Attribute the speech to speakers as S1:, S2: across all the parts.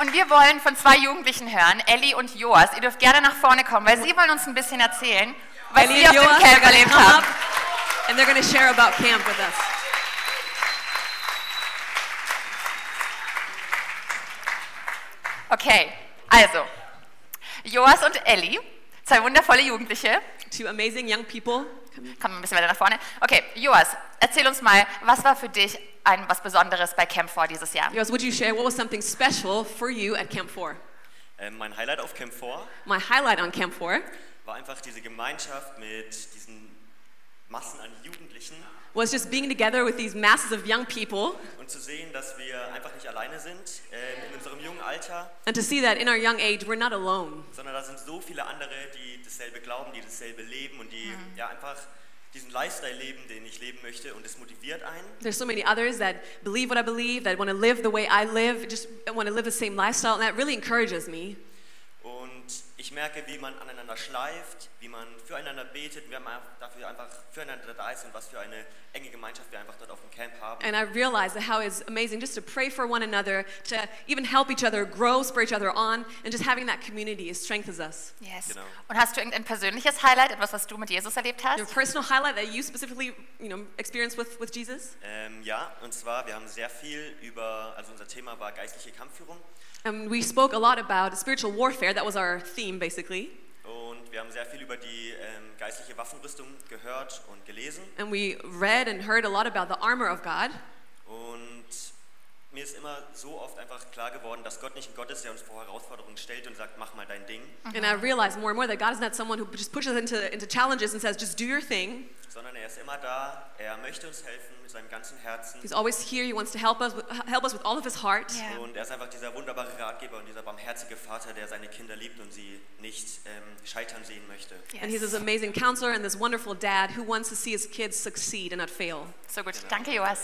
S1: Und wir wollen von zwei Jugendlichen hören, Ellie und Joas. Ihr dürft gerne nach vorne kommen, weil sie wollen uns ein bisschen erzählen, was
S2: Ellie
S1: sie auf
S2: and
S1: dem
S2: Joas are
S1: Camp
S2: going to
S1: erlebt
S2: come
S1: haben.
S2: up and they're going to share about camp with us.
S1: Okay, also, Joas und Ellie, zwei wundervolle Jugendliche.
S2: Two amazing young people.
S1: Komm ein bisschen weiter nach vorne. Okay, Joas, erzähl uns mal, was war für dich ein was Besonderes bei Camp 4 dieses Jahr?
S2: Yours, would you share what was something special for you at Camp 4?
S3: Ähm, mein Highlight auf Camp 4
S2: My highlight on Camp 4
S3: war einfach diese Gemeinschaft mit diesen Massen an Jugendlichen
S2: was just being together with these masses of young people
S3: und zu sehen, dass wir einfach nicht alleine sind ähm, in unserem jungen Alter,
S2: and to see that in our young age we're not alone.
S3: sondern da sind so viele andere, die dasselbe glauben, die dasselbe leben und die ja einfach diesen Lifestyle leben, den ich leben möchte und es motiviert einen.
S2: There's so many others that believe what I believe, that want to live the way I live, just want to live the same lifestyle, and that really encourages me.
S3: Und ich merke, wie man aneinander schleift, wie man füreinander betet, wie man dafür einfach füreinander da ist und was für eine enge Gemeinschaft wir einfach dort auf dem Camp haben.
S2: And I realize that how it's amazing just to pray for one another, to even help each other grow, spur each other on, and just having that community it strengthens us.
S1: Yes.
S3: Genau.
S1: Und hast du irgendein persönliches Highlight, etwas, was du mit Jesus erlebt hast?
S2: Your personal highlight that you specifically, you know, experienced with, with Jesus?
S3: Ähm, ja, und zwar, wir haben sehr viel über, also unser Thema war geistliche Kampfführung
S2: Um, we spoke a lot about spiritual warfare. That was our theme, basically.
S3: und wir haben sehr viel über die ähm, geistliche Waffenrüstung gehört und gelesen.
S2: And we read and heard a lot about the armor of God.
S3: Und mir ist immer so oft einfach klar geworden, dass Gott nicht ein Gott ist, der uns vor Herausforderungen stellt und sagt, mach mal dein Ding,
S2: And I realized more and more that God is not someone who just pushes us into, into challenges and says, just do your thing.
S3: sondern er ist immer da, er möchte uns helfen mit seinem ganzen Herzen
S2: He's always here. He wants to help us, with- help us with all of his heart.
S1: Yeah.
S3: und er ist einfach dieser wunderbare Ratgeber und dieser barmherzige Vater, der seine Kinder liebt und sie nicht ähm, scheitern sehen möchte.
S2: And he's
S1: Yes.
S2: this amazing counselor and this wonderful dad who wants to see his kids succeed and not fail.
S1: So gut. Danke, Joas.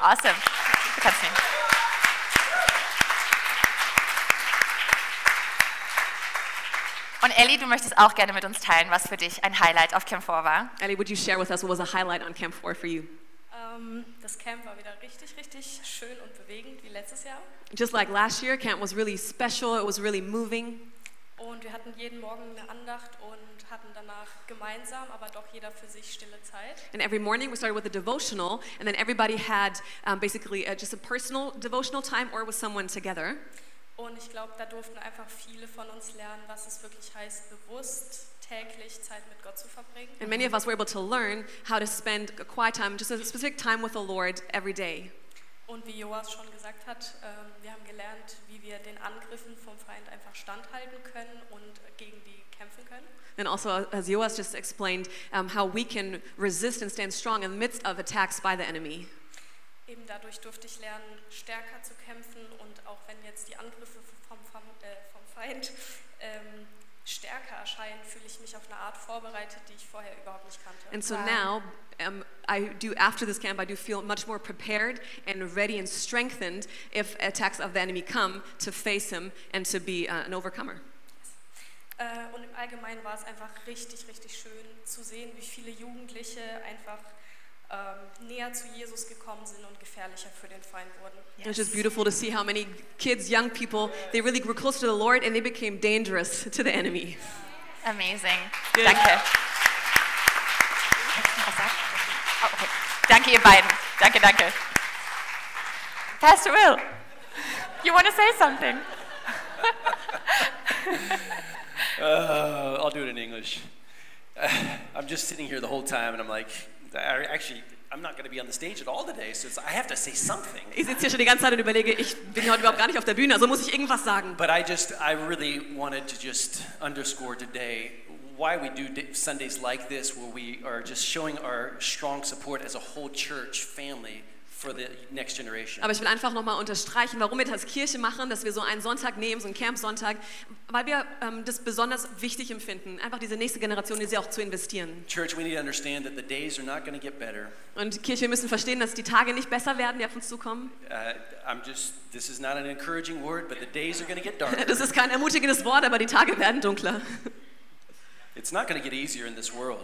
S1: Awesome. Du kannst nehmen. Und Ellie, du möchtest auch gerne mit uns teilen, was für dich ein Highlight auf Camp 4 war.
S2: Ellie, would you share with us what was a highlight on Camp 4 for you?
S4: Ähm, das Camp war wieder richtig, richtig schön und bewegend wie letztes Jahr.
S2: Just like last year, camp was really special, it was really moving.
S4: Und wir hatten jeden Morgen eine Andacht und hatten danach gemeinsam, aber doch jeder für sich stille Zeit.
S2: And every morning we started with a devotional, and then everybody had um, basically uh, just a personal devotional time or with someone together.
S4: Und ich glaube, da durften einfach viele von uns lernen, was es wirklich heißt, bewusst täglich Zeit mit Gott zu verbringen.
S2: And many of us were able to learn how to spend a quiet time, just a specific time with the Lord every day.
S4: Und wie Joas schon gesagt hat, ähm, wir haben gelernt, wie wir den Angriffen vom Feind einfach standhalten können und gegen die kämpfen können.
S2: And also, uh, as Yoas just explained, um, how we can resist and stand strong in the midst of attacks by the enemy.
S4: Eben dadurch durfte ich lernen, stärker zu kämpfen und auch wenn jetzt die Angriffe vom, vom, äh, vom Feind ähm, stärker erscheinen, fühle ich mich auf eine Art vorbereitet, die ich vorher überhaupt nicht kannte.
S2: And so
S1: Wow.
S2: now, um, I do after this camp, I do feel much more prepared and ready and strengthened if attacks of the enemy come to face him and to be uh, an overcomer.
S4: Äh, und im Allgemeinen war es einfach richtig, richtig schön zu sehen, wie viele Jugendliche einfach ähm, näher zu Jesus gekommen sind und gefährlicher für den Feind wurden.
S2: And It's just beautiful to see how many kids, young people, they really grew close to the Lord and they became dangerous to the enemy.
S1: Amazing.
S2: Good.
S1: Danke. Was sagt- Oh, okay. Danke, ihr beiden. Danke, danke. Pastor Will, you want to say something?
S5: Uh, I'll do it in English. Uh, I'm just sitting here the whole time, and I'm like, I actually, I'm not going to be on the stage at all today, so it's, I have to say something.
S2: Ich sitze hier schon die ganze Zeit und überlege, ich bin heute überhaupt gar nicht auf der Bühne, also muss ich irgendwas sagen.
S5: But I just, I really wanted to just underscore today why we do d- Sundays like this, where we are just showing our strong support as a whole church family for the next generation.
S2: Aber ich will einfach nochmal unterstreichen, warum wir das Kirche machen, dass wir so einen Sonntag nehmen, so einen Camp-Sonntag, weil wir ähm, das besonders wichtig empfinden, einfach diese nächste Generation in sie auch zu investieren.
S5: Church, we need to understand that the days are not going to get better.
S2: Und Kirche, wir müssen verstehen, dass die Tage nicht besser werden, die auf uns zukommen.
S5: Uh, I'm just, this is not an encouraging word, but the days are going to get darker.
S2: Das ist kein ermutigendes Wort, aber die Tage werden dunkler.
S5: It's not going to get easier in this world.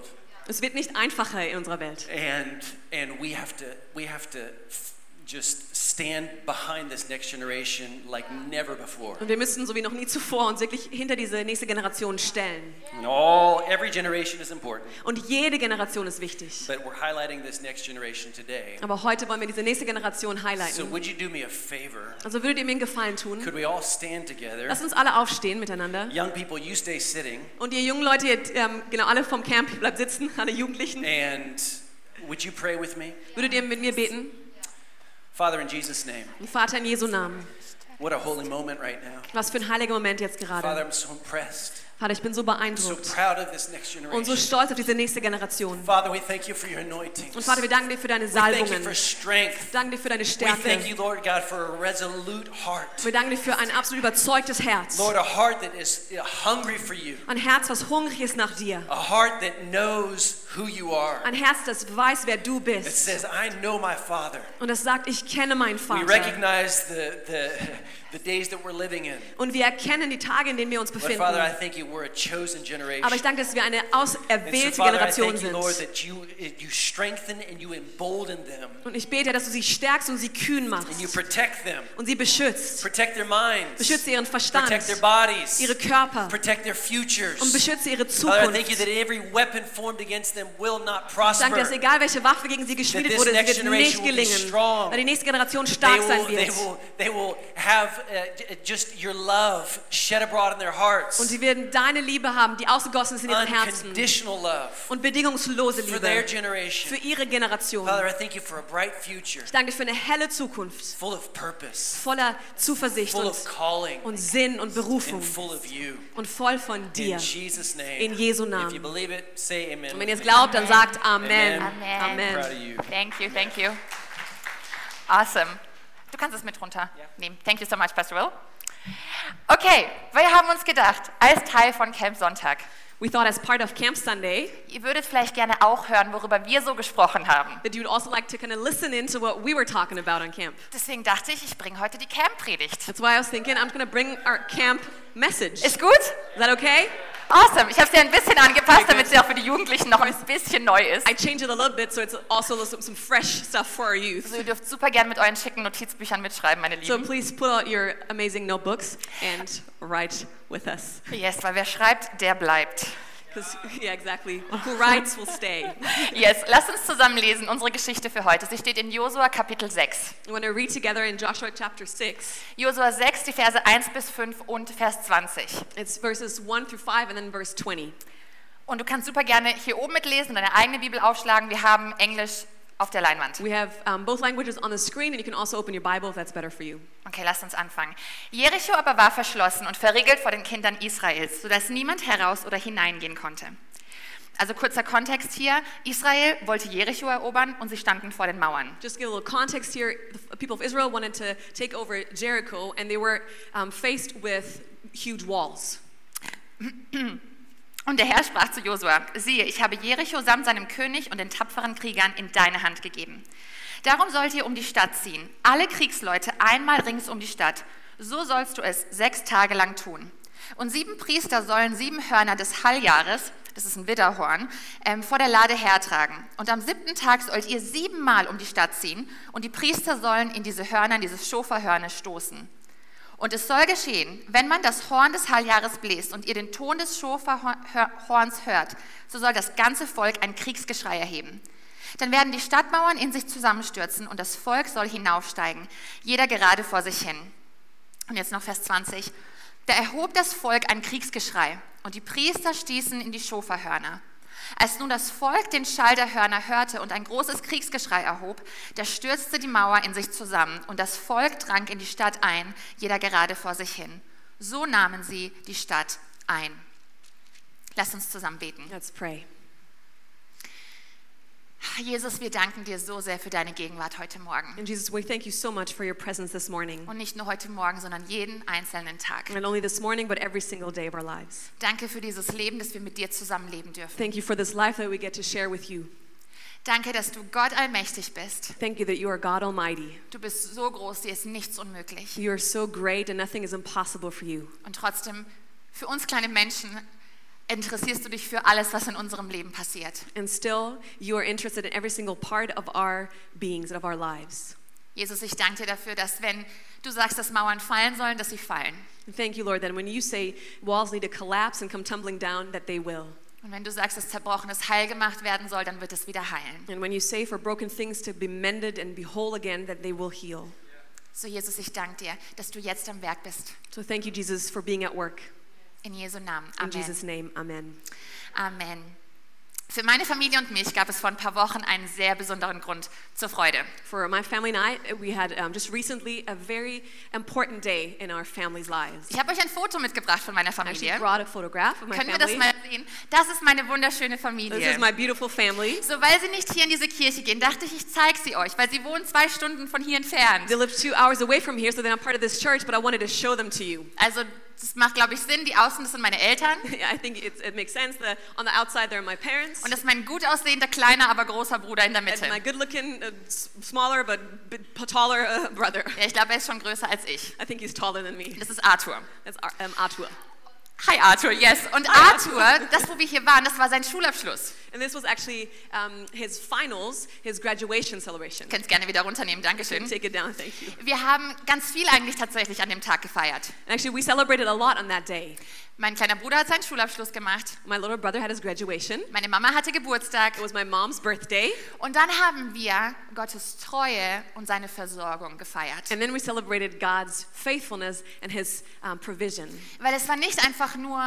S2: Es wird nicht einfacher in unserer Welt.
S5: and and we have to we have to f- just stand behind this next generation like never before.
S2: Und wir müssten so wie noch nie zuvor uns wirklich hinter diese nächste Generation stellen.
S5: And all every generation is important,
S2: Und jede Generation ist wichtig.
S5: but we're highlighting this next generation today.
S2: Aber heute wollen wir diese nächste Generation
S5: So
S2: highlighten.
S5: would you do me a favor?
S2: Also würdet ihr mir einen Gefallen tun?
S5: Could we all stand together?
S2: Lasst uns alle aufstehen miteinander.
S5: Young people, you stay sitting,
S2: Und ihr jungen Leute, ihr, ähm, genau, alle vom Camp, ihr bleibt sitzen, alle Jugendlichen.
S5: and would you pray with me?
S2: Würdet ihr mit mir beten?
S5: Father, in Jesus' name,
S2: Vater in Jesu Namen,
S5: what a holy moment right now.
S2: was für ein heiliger Moment jetzt
S5: Father,
S2: gerade.
S5: I'm so impressed,
S2: Vater, ich bin so
S5: so
S2: beeindruckt
S5: proud of this next
S2: und so
S5: generation.
S2: stolz auf diese nächste Generation.
S5: Father, we thank you for your anointing.
S2: Und Vater, wir danken dir für deine
S5: Thank you
S2: Salbungen.
S5: for
S2: Wir
S5: strength.
S2: danken dir für deine
S5: We thank
S2: Stärke.
S5: you, Lord God, for a resolute heart.
S2: Wir danken dir für ein absolut überzeugtes Herz.
S5: Lord, a heart that is uh, hungry for you,
S2: Ein Herz, was hungrig ist nach dir.
S5: a heart that knows who you are,
S2: Ein Herz, das weiß, wer du
S5: that
S2: bist.
S5: says, I know my Father.
S2: Und das sagt, ich kenne meinen
S5: We
S2: Vater.
S5: recognize the, the, the days that we're living in.
S2: Und wir erkennen die Tage, in denen wir uns
S5: But Father, I
S2: befinden.
S5: thank you, we're a chosen generation.
S2: Aber ich danke, dass wir eine
S5: and so,
S2: auserwählte
S5: Father, I
S2: Generation
S5: thank you,
S2: sind.
S5: Lord,
S2: Und
S5: that you, you strengthen and you embolden them
S2: ich bete, dass du sie stärkst und sie kühn
S5: and you
S2: machst.
S5: protect them.
S2: Und sie beschützt.
S5: Protect their minds.
S2: Beschütze ihren Verstand,
S5: Protect their bodies.
S2: ihre Körper
S5: Protect their futures.
S2: und beschütze ihre
S5: Father, I
S2: Zukunft.
S5: thank you that every weapon formed against them will not
S2: Ich
S5: prosper.
S2: danke, dass egal welche Waffe gegen sie
S5: That
S2: geschmiedet
S5: this
S2: wurde,
S5: next
S2: sie wird nicht
S5: generation will be
S2: gelingen,
S5: strong.
S2: weil die nächste Generation
S5: they
S2: stark
S5: will,
S2: sein
S5: they
S2: wird.
S5: will, they will have uh, j- just your love shed abroad in their hearts.
S2: Und sie werden deine Liebe haben, die ausgegossen ist in ihren Herzen.
S5: Unconditional love
S2: Und bedingungslose
S5: for their
S2: Liebe für
S5: generation.
S2: ihre Generation.
S5: Father,
S2: Ich
S5: I thank you for a bright future
S2: danke dir für eine helle Zukunft,
S5: full of purpose,
S2: voller Zuversicht
S5: full
S2: und,
S5: of calling,
S2: und Sinn und
S5: and
S2: Berufung
S5: full of you.
S2: und voll von dir.
S5: In Jesus' name.
S2: In Jesu
S5: If you
S2: Namen.
S5: believe it, say amen.
S2: Und
S5: with
S2: wenn ihr es
S5: me.
S2: glaubt, dann sagt Amen.
S1: Amen.
S5: Proud of you.
S1: Thank you, thank you. Awesome. Du kannst es mit runternehmen. Thank you so much, Pastor Will. Okay, wir haben uns gedacht, als Teil von Camp Sonntag,
S2: We thought as part of Camp Sunday
S1: ihr würdet vielleicht gerne auch hören, worüber wir so gesprochen haben.
S2: that you would also like to kind of listen in to what we were talking about on camp.
S1: Deswegen dachte ich, ich bringe heute die Camp-Predigt.
S2: That's why I was thinking I'm going to bring our camp message. Is
S1: Ist gut?
S2: that okay?
S1: Awesome. Ich habe es dir ein bisschen angepasst, damit es ja auch für die Jugendlichen noch ein bisschen neu ist.
S2: I changed it a little bit so it's also some, some fresh stuff for our
S1: Also
S2: youth.
S1: ihr dürft super gerne mit euren schicken Notizbüchern mitschreiben, meine
S2: So
S1: Lieben.
S2: please pull out your amazing notebooks and write with us.
S1: Yes, weil wer schreibt, der bleibt.
S2: Because, yeah, exactly. Who writes will stay.
S1: Yes, lasst uns zusammen lesen unsere Geschichte für heute. Sie steht in Josua Kapitel 6.
S2: We're going to read together in Joshua chapter 6.
S1: Josua 6, die Verse 1 bis 5 und Vers 20.
S2: It's verses 1 through 5 and then verse 20.
S1: Und du kannst super gerne hier oben mitlesen, deine eigene Bibel aufschlagen. Wir haben Englisch auf der Leinwand.
S2: We have um, both languages on the screen, and you can also open your Bible if that's better for you.
S1: Okay, lasst uns anfangen. Jericho aber war verschlossen und verriegelt vor den Kindern Israels, sodass niemand heraus oder hineingehen konnte. Also kurzer Kontext hier. Israel wollte Jericho erobern und sie standen vor den Mauern.
S2: Just to give a little context here, the people of Israel wanted to take over Jericho, and they were um, faced with huge walls.
S1: Und der Herr sprach zu Josua, siehe, ich habe Jericho samt seinem König und den tapferen Kriegern in deine Hand gegeben. Darum sollt ihr um die Stadt ziehen, alle Kriegsleute einmal rings um die Stadt. So sollst du es sechs Tage lang tun. Und sieben Priester sollen sieben Hörner des Halljahres, das ist ein Widderhorn, ähm, vor der Lade hertragen. Und am siebten Tag sollt ihr siebenmal um die Stadt ziehen und die Priester sollen in diese Hörner, in diese Schoferhörner stoßen. Und es soll geschehen, wenn man das Horn des Halljahres bläst und ihr den Ton des Schofahorns hört, so soll das ganze Volk ein Kriegsgeschrei erheben. Dann werden die Stadtmauern in sich zusammenstürzen und das Volk soll hinaufsteigen, jeder gerade vor sich hin. Und jetzt noch Vers 20. Da erhob das Volk ein Kriegsgeschrei und die Priester stießen in die Schofahörner. Als nun das Volk den Schall der Hörner hörte und ein großes Kriegsgeschrei erhob, da stürzte die Mauer in sich zusammen und das Volk drang in die Stadt ein, jeder gerade vor sich hin. So nahmen sie die Stadt ein. Lasst uns zusammen beten.
S2: Let's pray.
S1: Jesus, wir danken dir so sehr für deine Gegenwart heute Morgen.
S2: And Jesus, we thank you so much for your presence this morning.
S1: Und nicht nur heute Morgen, sondern jeden einzelnen Tag.
S2: Not only this morning, but every single day of our lives.
S1: Danke für dieses Leben, dass wir mit dir zusammenleben dürfen.
S2: Thank you for this life that we get to share with you.
S1: Danke, dass du Gott allmächtig bist.
S2: Thank you that you are God Almighty.
S1: Du bist so groß, dir ist nichts unmöglich.
S2: You are so great and nothing is impossible for you.
S1: Und trotzdem, für uns kleine Menschen interessierst du dich für alles, was in unserem Leben passiert.
S2: And still, you are interested in every single part of our beings and of our lives.
S1: Jesus, ich danke dir dafür, dass wenn du sagst, dass Mauern fallen sollen, dass sie fallen.
S2: And thank you, Lord, that when you say walls need to collapse and come tumbling down, that they will.
S1: Und wenn du sagst, dass Zerbrochenes heil gemacht werden soll, dann wird es wieder heilen.
S2: And when you say for broken things to be mended and be whole again, that they will heal.
S1: So Jesus, ich danke dir, dass du jetzt am Werk bist.
S2: So thank you, Jesus, for being at work.
S1: In Jesu Namen.
S2: In
S1: Amen.
S2: Jesus' name, amen.
S1: Amen. Für meine Familie und mich gab es vor ein paar Wochen einen sehr besonderen Grund zur Freude.
S2: For my family and I, we had um, just recently a very important day in our family's lives.
S1: Ich habe euch ein Foto mitgebracht von meiner
S2: I actually
S1: Familie.
S2: brought a photograph of my
S1: Können wir das
S2: family.
S1: mal sehen? Das ist meine wunderschöne Familie.
S2: This is my beautiful family.
S1: so, weil sie nicht hier in diese Kirche gehen, dachte ich, ich zeige sie euch, weil sie wohnen zwei Stunden von hier entfernt.
S2: They live two hours away from here, so they're not part of this church, but I wanted to show them to you.
S1: Also, das macht, glaube ich, Sinn. Die Außen, das sind meine Eltern.
S2: Yeah, I think it's, it makes sense that on the outside they're my parents,
S1: Und das ist mein gut aussehender, kleiner, aber großer Bruder in der Mitte.
S2: and my good-looking, uh, s- smaller but b- taller uh, brother.
S1: Ja, ich glaube, er ist schon größer als ich.
S2: I think he's taller than me.
S1: Das ist Arthur.
S2: That's Ar- um, Atua.
S1: Hi Arthur, yes. Und Arthur, das, wo wir hier waren, das war sein Schulabschluss.
S2: And this was actually um, his finals, his graduation celebration.
S1: Könnt gerne wieder runternehmen, Dankeschön.
S2: Take it down, thank you.
S1: Wir haben ganz viel eigentlich tatsächlich an dem Tag gefeiert.
S2: And actually, we celebrated a lot on that day.
S1: Mein kleiner Bruder hat seinen Schulabschluss gemacht.
S2: My little brother had his graduation.
S1: Meine Mama hatte Geburtstag.
S2: It was my mom's birthday.
S1: Und dann haben wir Gottes Treue und seine Versorgung gefeiert.
S2: And then we celebrated God's faithfulness and his um, provision.
S1: Weil es war nicht einfach nur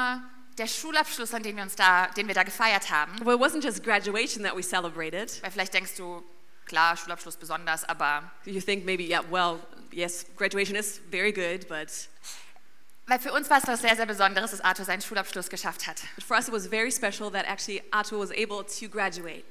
S1: der Schulabschluss, an dem wir uns da, den wir da gefeiert haben.
S2: Well, it wasn't just graduation that we celebrated.
S1: Weil vielleicht denkst du, klar, Schulabschluss besonders, aber
S2: You think maybe, yeah, well, yes, graduation is very good, but
S1: weil für uns war es was sehr, sehr Besonderes, dass Arthur seinen Schulabschluss geschafft hat.
S2: but for us it was very special that actually Atua was able to graduate.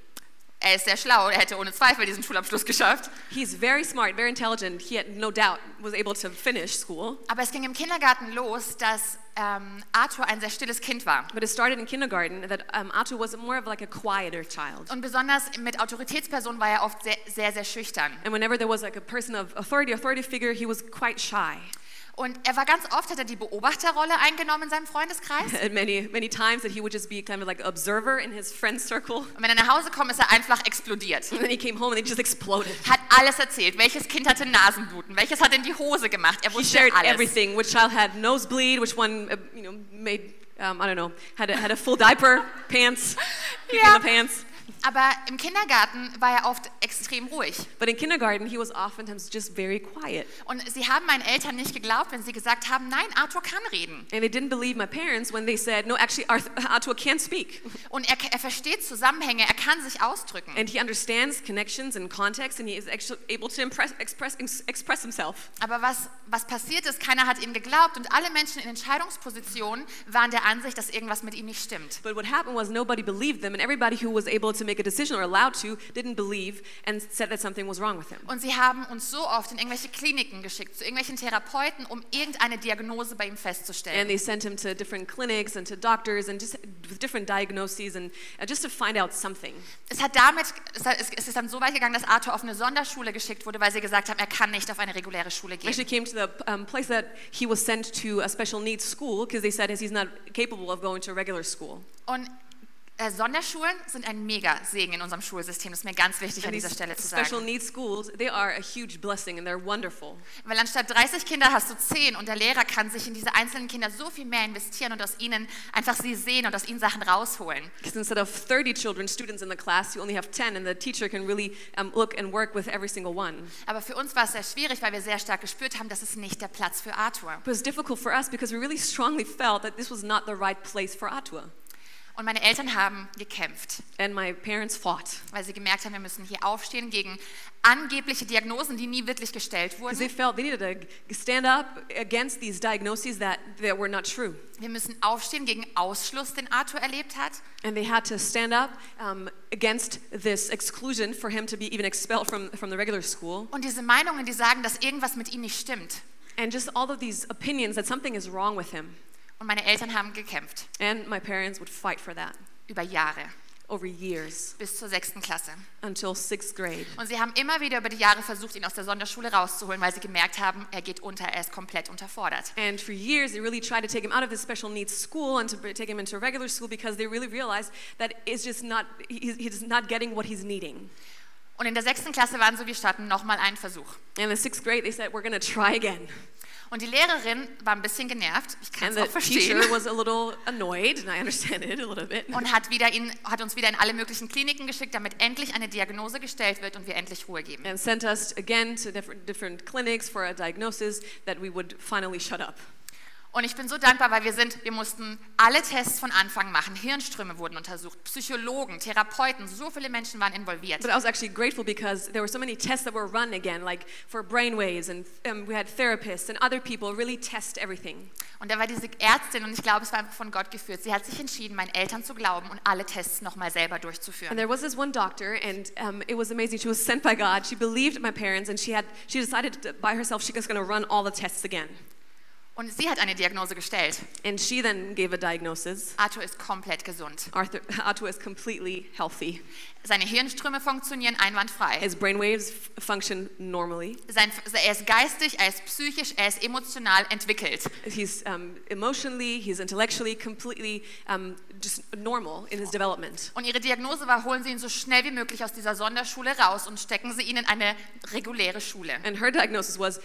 S1: Er ist sehr schlau, er hätte ohne Zweifel diesen Schulabschluss geschafft.
S2: He's very smart, very intelligent. He had no doubt was able to finish school.
S1: Aber es ging im Kindergarten los, dass ähm, Arthur ein sehr stilles Kind war.
S2: But it started in kindergarten that um, Atua was more of like a quieter child.
S1: Und besonders mit Autoritätspersonen war er oft sehr, sehr, sehr schüchtern.
S2: And whenever there was like a person of authority, authority figure, he was quite shy.
S1: Und er war ganz oft, hat er die Beobachterrolle eingenommen in seinem Freundeskreis.
S2: And many, many times that he would just be kind of like observer in his friend's circle.
S1: Und wenn er nach Hause kommt, ist er einfach explodiert.
S2: And then he came home and he just exploded.
S1: Hat alles erzählt. Welches Kind hatte Nasenbluten? Welches hat in die Hose gemacht? Er
S2: He
S1: wusste
S2: shared
S1: alles.
S2: everything. Which child had nosebleed? Which one, uh, you know, made um, I don't know, had a, had a full diaper, pants, puke in
S1: Yeah.
S2: the pants.
S1: Aber im Kindergarten war er oft extrem ruhig.
S2: But in kindergarten, he was oftentimes just very quiet,
S1: Und sie haben meinen Eltern nicht geglaubt, wenn sie gesagt haben, nein, Arthur kann reden.
S2: and they didn't believe my parents when they said, "No, actually, Arth- Atua can speak,
S1: Und er, er versteht Zusammenhänge, er kann sich ausdrücken.
S2: and he understands connections and context, and he is actually able to impress, express ex- express himself."
S1: Aber was, was passiert ist, keiner hat ihm geglaubt und alle Menschen in Entscheidungspositionen waren der Ansicht, dass irgendwas mit ihm nicht stimmt.
S2: But what happened was nobody believed them, and everybody who was able to make a decision or allowed to didn't believe and said that something was wrong with him.
S1: Und sie haben uns so oft in irgendwelche Kliniken geschickt, zu irgendwelchen Therapeuten, um irgendeine Diagnose bei ihm
S2: And
S1: festzustellen.
S2: they sent him to different clinics and to doctors and just with different diagnoses and uh, just to find out something.
S1: Es, hat damit, es, hat, es es ist dann so weit gegangen, dass Arthur auf eine Sonderschule geschickt wurde, weil sie gesagt haben, er kann nicht auf eine reguläre Schule
S2: Actually,
S1: gehen.
S2: came to the um, place that he was sent to a special needs school because they said he's not capable of going to a regular school.
S1: Und äh, Sonderschulen sind ein Mega-Segen in unserem Schulsystem. Das ist mir ganz wichtig an
S2: And
S1: dieser
S2: these
S1: Stelle zu
S2: special
S1: sagen.
S2: needs schools, they are a huge blessing and they're wonderful.
S1: Weil anstatt 30 Kinder hast du 10 und der Lehrer kann sich in diese einzelnen Kinder so viel mehr investieren und aus ihnen einfach sie sehen und aus ihnen Sachen rausholen.
S2: Because instead of 30 children, students in the class, you only have 10, and the teacher can really um, look and work with every single one.
S1: Aber für uns war es sehr schwierig, weil wir sehr stark gespürt haben, das ist nicht der Platz für Arthur.
S2: It was difficult for us because we really strongly felt that this was not the right place for Atua.
S1: Und meine Eltern haben gekämpft,
S2: And my parents fought.
S1: weil sie gemerkt haben, wir müssen hier aufstehen gegen angebliche Diagnosen, die nie wirklich gestellt
S2: Because they
S1: wurden.
S2: felt they needed to stand up against these diagnoses that, that were not true.
S1: Wir müssen aufstehen gegen Ausschluss, den Arthur erlebt hat.
S2: And they had to stand up um, against this exclusion for him to be even expelled from, from the regular school.
S1: Und diese Meinungen, die sagen, dass irgendwas mit ihm nicht stimmt.
S2: And just all of these opinions that something is wrong with him.
S1: Und meine Eltern haben gekämpft
S2: And my parents would fight for that
S1: über Jahre
S2: over years
S1: bis zur sechsten Klasse.
S2: until sixth grade.
S1: Und sie haben immer wieder über die Jahre versucht, ihn aus der Sonderschule rauszuholen, weil sie gemerkt haben, er geht unter, er ist komplett unterfordert.
S2: And for years, they really tried to take him out of this special needs school and to br- take him into a regular school because they really realized that it's just not, he, he's not getting what he's needing.
S1: Und in der sechsten Klasse waren so, wir starten nochmal einen Versuch.
S2: In the sixth grade, they said, We're going to try again.
S1: Und die Lehrerin war ein bisschen genervt, ich kann
S2: And
S1: es
S2: the
S1: auch
S2: teacher
S1: verstehen,
S2: was a little annoyed, and I understand it a little bit.
S1: und hat, wieder in, hat uns wieder in alle möglichen Kliniken geschickt, damit endlich eine Diagnose gestellt wird und wir endlich Ruhe geben.
S2: And sent us again to different, different clinics for a diagnosis that we would finally shut up.
S1: Und ich bin so dankbar, weil wir sind, wir mussten alle Tests von Anfang machen. Hirnströme wurden untersucht, Psychologen, Therapeuten, so viele Menschen waren involviert.
S2: But I was actually grateful because there were so many tests that were run again, like for brainwaves, and um, we had therapists and other people really test everything.
S1: Und da war diese Ärztin und ich glaube, es war einfach von Gott geführt. Sie hat sich entschieden, meinen Eltern zu glauben und alle Tests nochmal selber
S2: And
S1: durchzuführen.
S2: there was this one doctor, and um, it was amazing. She was sent by God. She believed my parents, and she had she decided that by herself she was going to run all the tests again.
S1: Und sie hat eine Diagnose gestellt.
S2: And she then gave a diagnosis.
S1: Arthur ist komplett gesund.
S2: Arthur Otto is completely healthy.
S1: Seine Hirnströme funktionieren einwandfrei.
S2: His brainwaves f- function normally.
S1: Sein, er ist geistig, er ist psychisch, er ist emotional entwickelt.
S2: He's um, emotionally, he's intellectually completely um, just normal in his development.
S1: Und ihre Diagnose war, holen Sie ihn so schnell wie möglich aus dieser Sonderschule raus und stecken Sie ihn in eine reguläre Schule.
S2: And her diagnosis was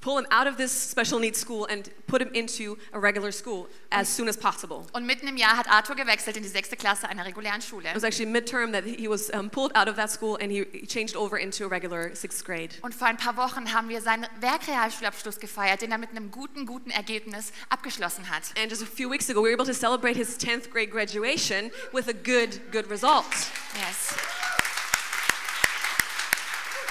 S2: pull him out of this special needs school and put him into a regular school as soon as possible.
S1: Und mitten im Jahr hat Arthur gewechselt in die sechste Klasse einer regulären Schule.
S2: It was actually midterm that he was um, pulled out of that school and he he changed over into a regular sixth grade.
S1: Und vor ein paar Wochen haben wir seinen Werkrealschulabschluss gefeiert, den er mit einem guten, guten Ergebnis abgeschlossen hat.
S2: And just a few weeks ago, we were able to celebrate his 10th grade graduation with a good, good result.
S1: Yes.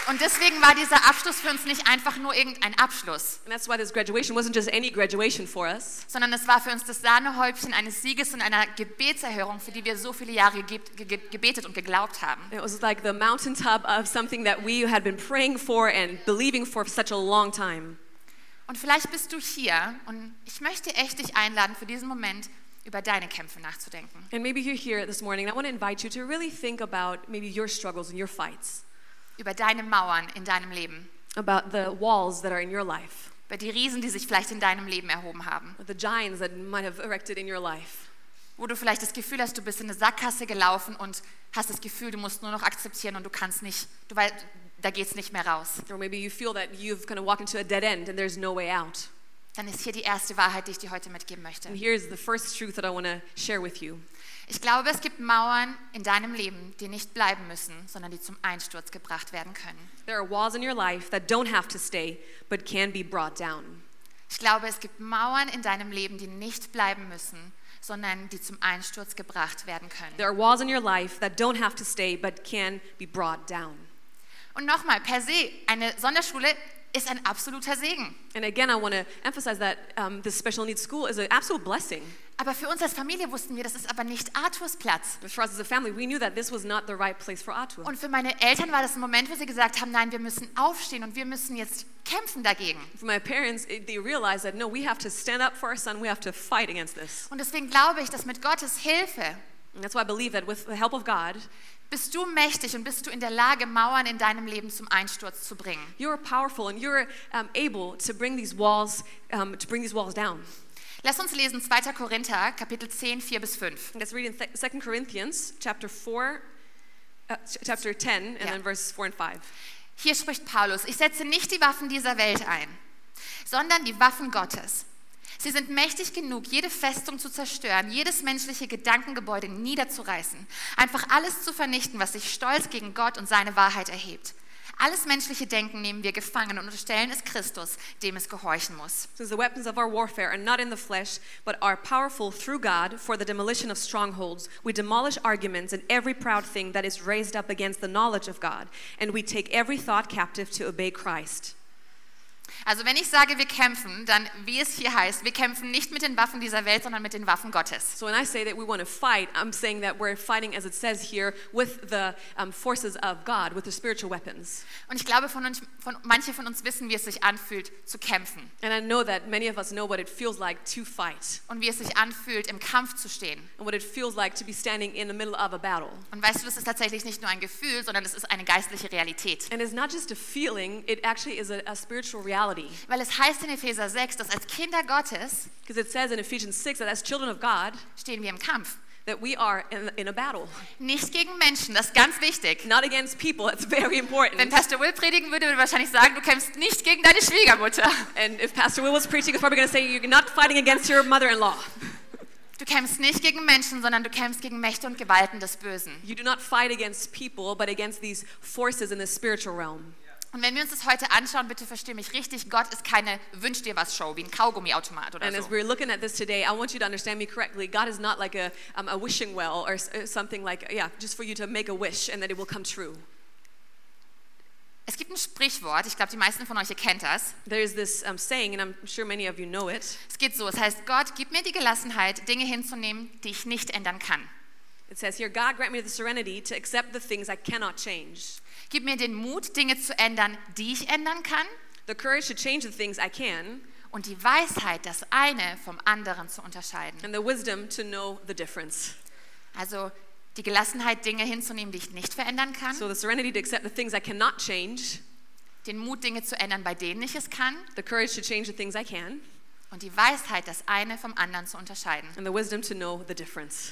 S1: Und deswegen war dieser Abschluss für uns nicht einfach nur irgendein Abschluss,
S2: And that's why this graduation wasn't just any graduation for us.
S1: sondern es war für uns das Sahnehäubchen eines Sieges und einer Gebetserhörung, für die wir so viele Jahre ge ge gebetet und geglaubt haben.
S2: It was like the mountaintop of something that we had been praying for and believing for such a long time.
S1: Und vielleicht bist du hier und ich möchte echt dich einladen, für diesen Moment über deine Kämpfe nachzudenken.
S2: And maybe you're here this morning. and I want to invite you to really think about maybe your struggles and your fights,
S1: über deine Mauern in deinem Leben,
S2: about the walls that are in your life,
S1: über die Riesen, die sich vielleicht in deinem Leben erhoben haben,
S2: the giants that might have erected in your life,
S1: wo du vielleicht das Gefühl hast, du bist in eine Sackgasse gelaufen und hast das Gefühl, du musst nur noch akzeptieren und du kannst nicht, du weißt, da geht's nicht mehr raus.
S2: or maybe you feel that you've kind of walked into a dead end and there's no way out.
S1: Dann ist hier die erste Wahrheit, die ich dir heute mitgeben
S2: And
S1: möchte.
S2: here's the first truth that I want to share with you.
S1: Ich glaube, es gibt Mauern in deinem Leben, die nicht bleiben müssen, sondern die zum Einsturz gebracht werden können.
S2: There are walls in your life that don't have to stay, but can be brought down.
S1: Ich glaube, es gibt Mauern in deinem Leben, die nicht bleiben müssen, sondern die zum Einsturz gebracht werden können.
S2: There are walls in your life that don't have to stay, but can be brought down.
S1: Und nochmal, per se, eine Sonderschule ist ein absoluter Segen.
S2: And again, I want to emphasize that um, this special needs school is an absolute blessing.
S1: Aber für uns als Familie wussten wir, das ist aber nicht Arthurs Platz.
S2: But for us as a family, we knew that this was not the right place for Atua.
S1: Und für meine Eltern war das ein Moment, wo sie gesagt haben, nein, wir müssen aufstehen und wir müssen jetzt kämpfen dagegen.
S2: For my parents, it, they realized that no, we have to stand up for our son. We have to fight against this.
S1: Und deswegen glaube ich, dass mit Gottes Hilfe
S2: And that's why I believe that with the help of God,
S1: bist du mächtig und bist du in der Lage, Mauern in deinem Leben zum Einsturz zu bringen.
S2: you're powerful and you're um, able to bring these walls um, to bring these walls down.
S1: Lass uns lesen 2. Korinther, Kapitel 10, 4 bis 5.
S2: Let's read in Th- 2 Corinthians chapter 4, uh, ch- chapter 10, and
S1: Yeah.
S2: then verses 4 and 5.
S1: Hier spricht Paulus, ich setze nicht die Waffen dieser Welt ein, sondern die Waffen Gottes. Sie sind mächtig genug, jede Festung zu zerstören, jedes menschliche Gedankengebäude niederzureißen, einfach alles zu vernichten, was sich stolz gegen Gott und seine Wahrheit erhebt. Alles menschliche Denken nehmen wir gefangen und unterstellen es Christus, dem es gehorchen muss.
S2: Since the weapons of our warfare are not in the flesh, but are powerful through God for the demolition of strongholds, we demolish arguments and every proud thing that is raised up against the knowledge of God, and we take every thought captive to obey Christ.
S1: Also wenn ich sage, wir kämpfen, dann wie es hier heißt, wir kämpfen nicht mit den Waffen dieser Welt, sondern mit den Waffen Gottes.
S2: So when I say that we want to fight, I'm saying that we're fighting, as it says here, with the um, forces of God, with the spiritual weapons.
S1: Und ich glaube, von uns, von, manche von uns wissen, wie es sich anfühlt, zu kämpfen.
S2: And I know that many of us know what it feels like to fight.
S1: und wie es sich anfühlt, im Kampf zu stehen.
S2: and what it feels like to be standing in the middle of a battle.
S1: Und weißt du, das ist tatsächlich nicht nur ein Gefühl, sondern es ist eine geistliche Realität.
S2: And it's not just a feeling, it actually is a, a spiritual reality.
S1: Weil es heißt in Epheser 6, dass als Kinder Gottes
S2: Because it says in Ephesians 6 that as children of God,
S1: stehen wir im Kampf.
S2: that that we are in, in a battle,
S1: Nicht gegen Menschen, das ist ganz wichtig.
S2: not against people. That's very
S1: Wenn
S2: important.
S1: Pastor Will predigen würde, würde er wahrscheinlich sagen, du kämpfst nicht gegen deine Schwiegermutter.
S2: And if Pastor Will was preaching, he's probably going to say, You're not fighting against your mother in law.
S1: Du kämpfst nicht gegen Menschen, sondern du kämpfst gegen Mächte und Gewalten des Bösen.
S2: You do not fight against people, but against these forces in the spiritual realm.
S1: Und wenn wir uns das heute anschauen, bitte verstehe mich richtig, Gott ist keine Wünsch dir was Show, wie ein Kaugummiautomat oder
S2: And as
S1: so.
S2: we're looking at this today, I want you to understand me correctly. God is not like a, um, a wishing well or s- uh, something like, yeah, just for you to make a wish and that it will come true.
S1: Es gibt ein Sprichwort, ich glaube, die meisten von euch ihr kennt das.
S2: There's this um, saying, and I'm sure many of you know it.
S1: Es geht so, es heißt, Gott, gib mir die Gelassenheit, Dinge hinzunehmen, die ich nicht ändern kann.
S2: It says here, God grant me the serenity to accept the things I cannot change,
S1: Gib mir den Mut, Dinge zu ändern, die ich ändern kann
S2: the courage to change the things I can,
S1: und die Weisheit, das eine vom anderen zu unterscheiden.
S2: and the wisdom to know the difference.
S1: Also die Gelassenheit, Dinge hinzunehmen, die ich nicht verändern kann,
S2: So the serenity to accept the things I cannot change,
S1: den Mut, Dinge zu ändern, bei denen ich es kann
S2: the courage to change the things I can,
S1: und die Weisheit, das eine vom anderen zu unterscheiden.
S2: and the wisdom to know the difference.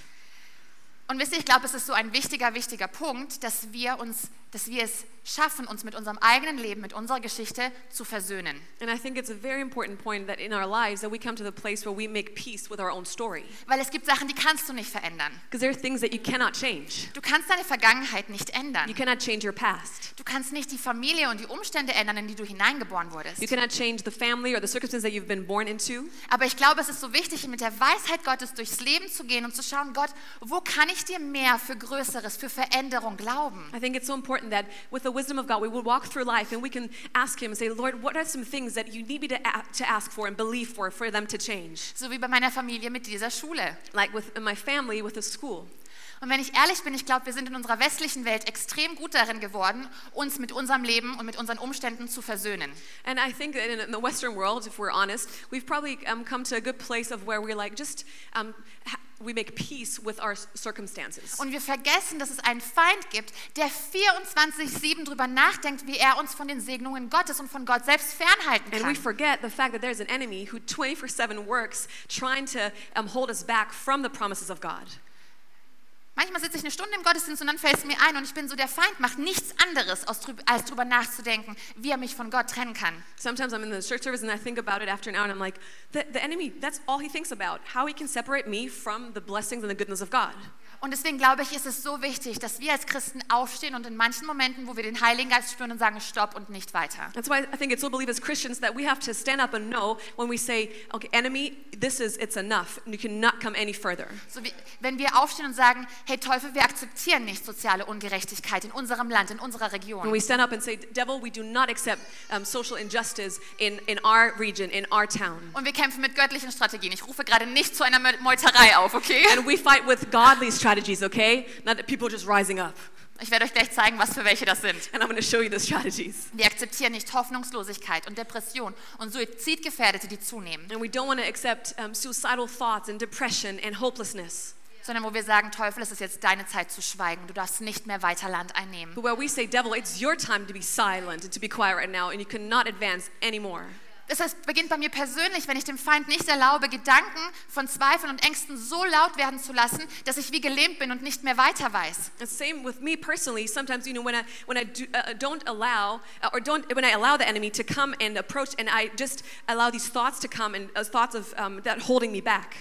S1: Und wisst ihr, ich glaube, es ist so ein wichtiger, wichtiger Punkt, dass wir, uns, dass wir es schaffen, uns mit unserem eigenen Leben, mit unserer Geschichte zu versöhnen.
S2: And I think it's a very important point that in our lives that we come to the place where we make peace with our own story.
S1: Weil es gibt Sachen, die kannst du nicht verändern.
S2: Because there are things that you cannot change.
S1: Du kannst deine Vergangenheit nicht ändern.
S2: You cannot change your past.
S1: Du kannst nicht die Familie und die Umstände ändern, in die du hineingeboren
S2: You
S1: wurdest.
S2: cannot change the family or the circumstance that you've been born into.
S1: Aber ich glaube, es ist so wichtig, mit der Weisheit Gottes durchs Leben zu gehen und zu schauen, Gott, wo kann ich dir mehr für Größeres, für Veränderung glauben?
S2: I think it's so important that with the wisdom of God, we will walk through life and we can ask Him and say, Lord, what are some things that you need me to, a- to ask for and believe for for them to change?
S1: So wie bei meiner Familie mit dieser Schule.
S2: Like with in my family, with the school.
S1: Und wenn ich ehrlich bin, ich glaube, wir sind in unserer westlichen Welt extrem gut darin geworden, uns mit unserem Leben und mit unseren Umständen zu versöhnen.
S2: And I think that in, in the Western world, if we're honest, we've probably um, come to a good place of where we're like, just um, ha- we make peace with our s- circumstances.
S1: Und wir vergessen, dass es einen Feind gibt, der 24-7 drüber nachdenkt, wie er uns von den Segnungen Gottes und von Gott selbst fernhalten
S2: And we
S1: kann.
S2: forget the fact that there's an enemy who 24 7 works trying to um, hold us back from the promises of God.
S1: Manchmal sitze ich eine Stunde im Gottesdienst und dann fällt es mir ein und ich bin so, der Feind macht nichts anderes, aus drüb- als drüber nachzudenken, wie er mich von Gott trennen kann.
S2: Sometimes I'm in the church service and I think about it after an hour and I'm like, the, the enemy, that's all he thinks about, how he can separate me from the blessings and the goodness of God.
S1: Und deswegen glaube ich, ist es so wichtig, dass wir als Christen aufstehen und in manchen Momenten, wo wir den Heiligen Geist spüren und sagen, stopp und nicht weiter.
S2: That's why I think it's so believe as Christians that we have to stand up and know when we say, okay, enemy, this is, it's enough. You cannot come any further.
S1: So wie, wenn wir aufstehen und sagen, hey Teufel, wir akzeptieren nicht soziale Ungerechtigkeit in unserem Land, in unserer
S2: When
S1: Region.
S2: we stand up and say, devil, we do not accept um, social injustice in, in our region, in our town.
S1: Und wir kämpfen mit göttlichen Strategien. Ich rufe gerade nicht zu einer Meu- Meuterei auf, okay?
S2: And we fight with godly strategies, okay? Not that people are just rising up.
S1: Ich werde euch gleich zeigen, was für welche das sind.
S2: And I'm going to show you the strategies.
S1: Wir akzeptieren nicht Hoffnungslosigkeit und Depression und Suizidgefährdete, die zunehmen,
S2: And we don't want to accept um, suicidal thoughts and depression and hopelessness.
S1: sondern wo wir sagen, Teufel, es ist jetzt deine Zeit zu schweigen. Du darfst nicht mehr weiter Land einnehmen.
S2: But where we say, devil, it's your time to be silent and to be quiet right now, and you cannot advance anymore.
S1: Das heißt, beginnt bei mir persönlich, wenn ich dem Feind nicht erlaube, Gedanken von Zweifeln und Ängsten so laut werden zu lassen, dass ich wie gelähmt bin und nicht mehr weiter weiß.
S2: And same with me personally. Sometimes, you know, when I, when I do, uh, don't allow, uh, or don't, when I allow the enemy to come and approach, and I just allow these thoughts to come and uh, thoughts of um, that holding me back.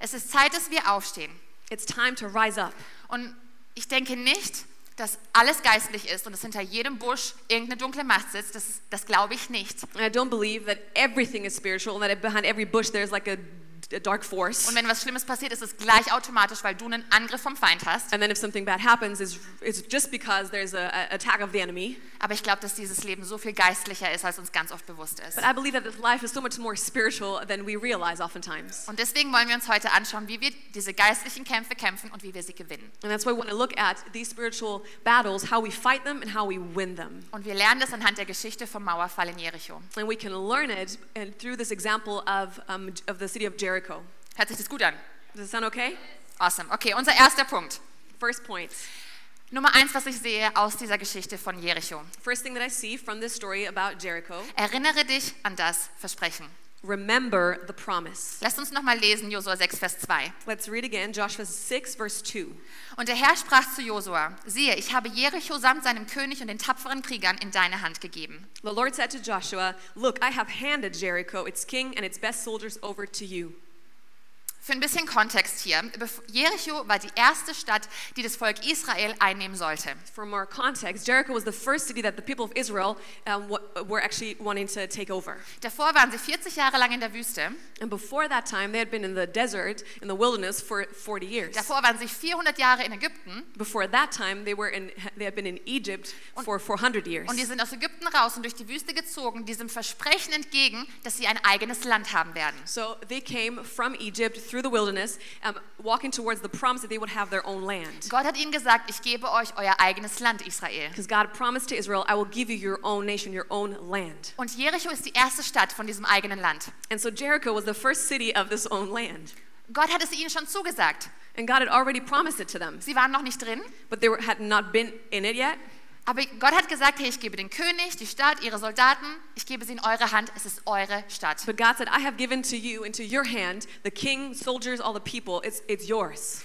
S1: Es ist Zeit, dass wir aufstehen.
S2: It's time to rise up.
S1: Und ich denke nicht, dass alles geistlich ist und dass hinter jedem Busch irgendeine dunkle Macht sitzt. Das, das glaube ich nicht.
S2: And I don't believe that everything is spiritual and that behind every bush there's like a, a dark force.
S1: Und wenn was Schlimmes passiert, ist es gleich automatisch, weil du einen Angriff vom Feind hast.
S2: And then if something bad happens, it's, it's just because there's an attack of the enemy.
S1: Aber ich glaube, dass dieses Leben so viel geistlicher ist, als uns ganz oft bewusst ist.
S2: But I believe that this life is so much more spiritual than we realize oftentimes.
S1: Und deswegen wollen wir uns heute anschauen, wie wir diese geistlichen Kämpfe kämpfen und wie wir sie gewinnen.
S2: And that's why we want to look at these spiritual battles, how we fight them and how we win them.
S1: Und wir lernen das anhand der Geschichte vom Mauerfall in Jericho.
S2: And we can learn it and through this example of, um, of the city of Jericho.
S1: Hört sich das gut an?
S2: Does that sound okay?
S1: Awesome. Okay, unser erster Punkt.
S2: First point.
S1: Nummer eins, was ich sehe aus dieser Geschichte von Jericho.
S2: First thing that I see from this story about Jericho
S1: Erinnere dich an das Versprechen.
S2: remember the promise.
S1: Lasst uns nochmal lesen, Josua 6, Vers 2.
S2: Let's read again Joshua 6, verse 2.
S1: Und der Herr sprach zu Josua: Siehe, ich habe Jericho samt seinem König und den tapferen Kriegern in deine Hand gegeben.
S2: The Lord said to Joshua, Look, I have handed Jericho, its king, and its best soldiers over to you.
S1: Für ein bisschen Kontext hier: Bef- Jericho war die erste Stadt, die das Volk Israel einnehmen sollte.
S2: For more context, Jericho was the first city that the people of Israel um, wa- were actually wanting to take over.
S1: Davor waren sie 40 Jahre lang in der Wüste.
S2: And before that time, they had been in the desert, in the wilderness, for 40 years.
S1: Davor waren sie 400 Jahre in Ägypten.
S2: Before that time, they, were in, they had been in Egypt for 400 years.
S1: Und die sind aus Ägypten raus und durch die Wüste gezogen, diesem Versprechen entgegen, dass sie ein eigenes Land haben werden.
S2: So they came from Egypt through the wilderness, um, walking towards the promise that they would have their own land.
S1: Gott hat ihnen gesagt, ich gebe euch euer eigenes Land, Israel.
S2: Because God promised to Israel, I will give you your own nation, your own land.
S1: Und Jericho ist die erste Stadt von diesem eigenen Land.
S2: And so Jericho was the first city of this own land.
S1: Gott hat es ihnen schon zugesagt.
S2: And God had already promised it to them,
S1: Sie waren noch nicht drin,
S2: but they were, had not been in it yet.
S1: aber Gott hat gesagt, hey, ich gebe den König, die Stadt, ihre Soldaten, ich gebe sie in eure Hand, es ist eure Stadt.
S2: But God said, I have given to you into your hand the king, soldiers, all the people. It's, it's yours.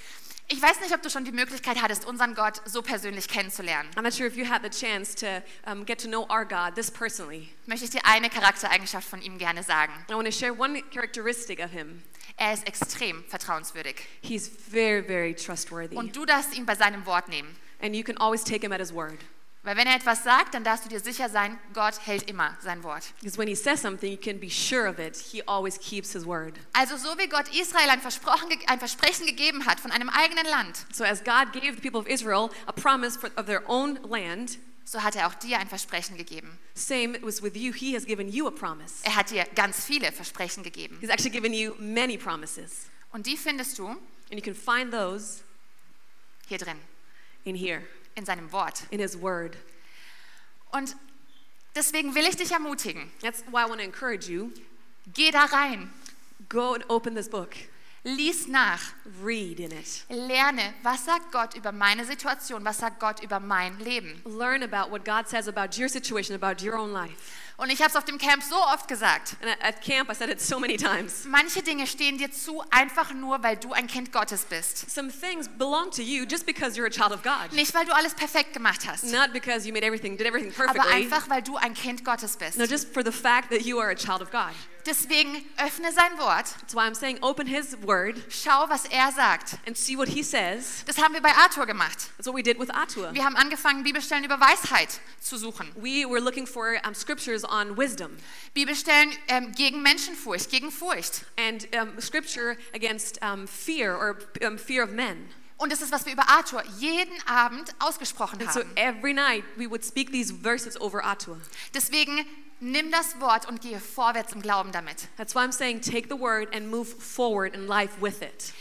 S1: Ich weiß nicht, ob du schon die Möglichkeit hattest, unseren Gott so persönlich kennenzulernen.
S2: I'm not sure if you had the chance to um, get to know our God this personally.
S1: Möchte ich dir eine Charaktereigenschaft von ihm gerne sagen.
S2: I want to share one characteristic of him.
S1: Er ist extrem vertrauenswürdig.
S2: He's very, very trustworthy.
S1: Und du darfst ihn bei seinem Wort nehmen.
S2: And you can always take him at his word.
S1: Weil wenn er etwas sagt, dann darfst du dir sicher sein, Gott hält immer sein Wort.
S2: Because when he says something, you can be sure of it. He always keeps his word.
S1: Also so wie Gott Israel ein, Versprochen, ein Versprechen gegeben hat von einem eigenen Land,
S2: So, as God gave the people of Israel a promise for, of their own land,
S1: so hat er auch dir ein Versprechen gegeben.
S2: same was with you. He has given you a promise.
S1: Er hat dir ganz viele Versprechen gegeben.
S2: He's actually given you many promises.
S1: Und die findest du
S2: And you can find those
S1: hier drin,
S2: in here,
S1: in seinem Wort.
S2: in his word.
S1: Und deswegen will ich dich ermutigen,
S2: That's why I want to encourage you
S1: geh da rein,
S2: go and open this book,
S1: lies nach,
S2: read in it,
S1: lerne, was sagt Gott über meine Situation, was sagt Gott über mein Leben.
S2: learn about what God says about your situation, about your own life.
S1: Und ich habe es auf dem Camp so oft gesagt.
S2: And at- at camp, I said it so many times.
S1: Manche Dinge stehen dir zu, einfach nur, weil du ein Kind Gottes bist.
S2: Some things belong to you just because you're a child of God.
S1: Nicht, weil du alles perfekt gemacht hast,
S2: Not because you made everything, did everything
S1: aber
S2: perfectly.
S1: einfach, weil du ein Kind Gottes bist.
S2: No, just for the fact that you are a child of God.
S1: Deswegen öffne sein Wort,
S2: That's why I'm saying open his word
S1: schau, was er sagt.
S2: and see what he says.
S1: Das haben wir bei Arthur gemacht.
S2: That's what we did with Atua.
S1: Wir haben angefangen, Bibelstellen über Weisheit zu suchen.
S2: We were looking for um, scriptures on wisdom
S1: Bibelstellen ähm, gegen Menschenfurcht, gegen Furcht.
S2: and um, scripture against um, fear or um, fear of men.
S1: Und das ist, was wir über Arthur jeden Abend ausgesprochen
S2: And so
S1: haben.
S2: every night we would speak these verses over Atua.
S1: Deswegen nimm das Wort und gehe vorwärts im Glauben damit.
S2: That's why I'm saying take the word and move forward in life with it.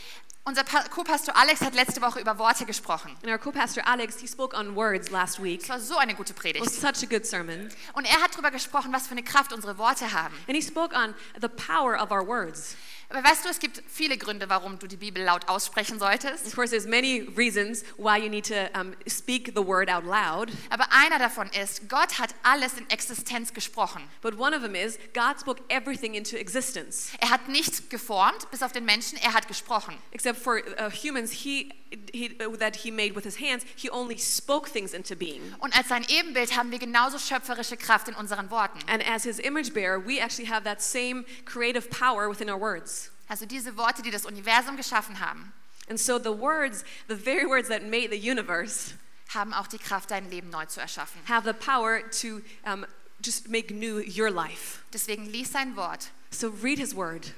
S1: Unser Pa- Co-Pastor Alex hat letzte Woche über Worte gesprochen.
S2: And our co-pastor Alex, he spoke on words last week.
S1: Es war so eine gute
S2: It
S1: Predigt.
S2: was such a good sermon.
S1: Und er hat darüber gesprochen, was für eine Kraft unsere Worte haben.
S2: And he spoke on the power of our words.
S1: Aber weißt du, es gibt viele Gründe, warum du die Bibel laut aussprechen solltest.
S2: Of course, there's many reasons why you need to um, speak the word out loud.
S1: Aber einer davon ist, Gott hat alles in Existenz gesprochen.
S2: But one of them is God spoke everything into existence.
S1: Er hat nicht geformt, bis auf den Menschen, er hat gesprochen.
S2: Except for uh, humans he, he, uh, that he made with his hands, he only spoke things into being.
S1: Und als sein Ebenbild haben wir genauso schöpferische Kraft in unseren Worten.
S2: And as his image bearer, we actually have that same creative power within our words.
S1: Also diese Worte, die das Universum geschaffen haben,
S2: And so the words, the very words that made the universe,
S1: haben auch die Kraft, dein Leben neu zu erschaffen.
S2: have the power to um, just make new your life.
S1: Deswegen lies sein Wort.
S2: So read his word.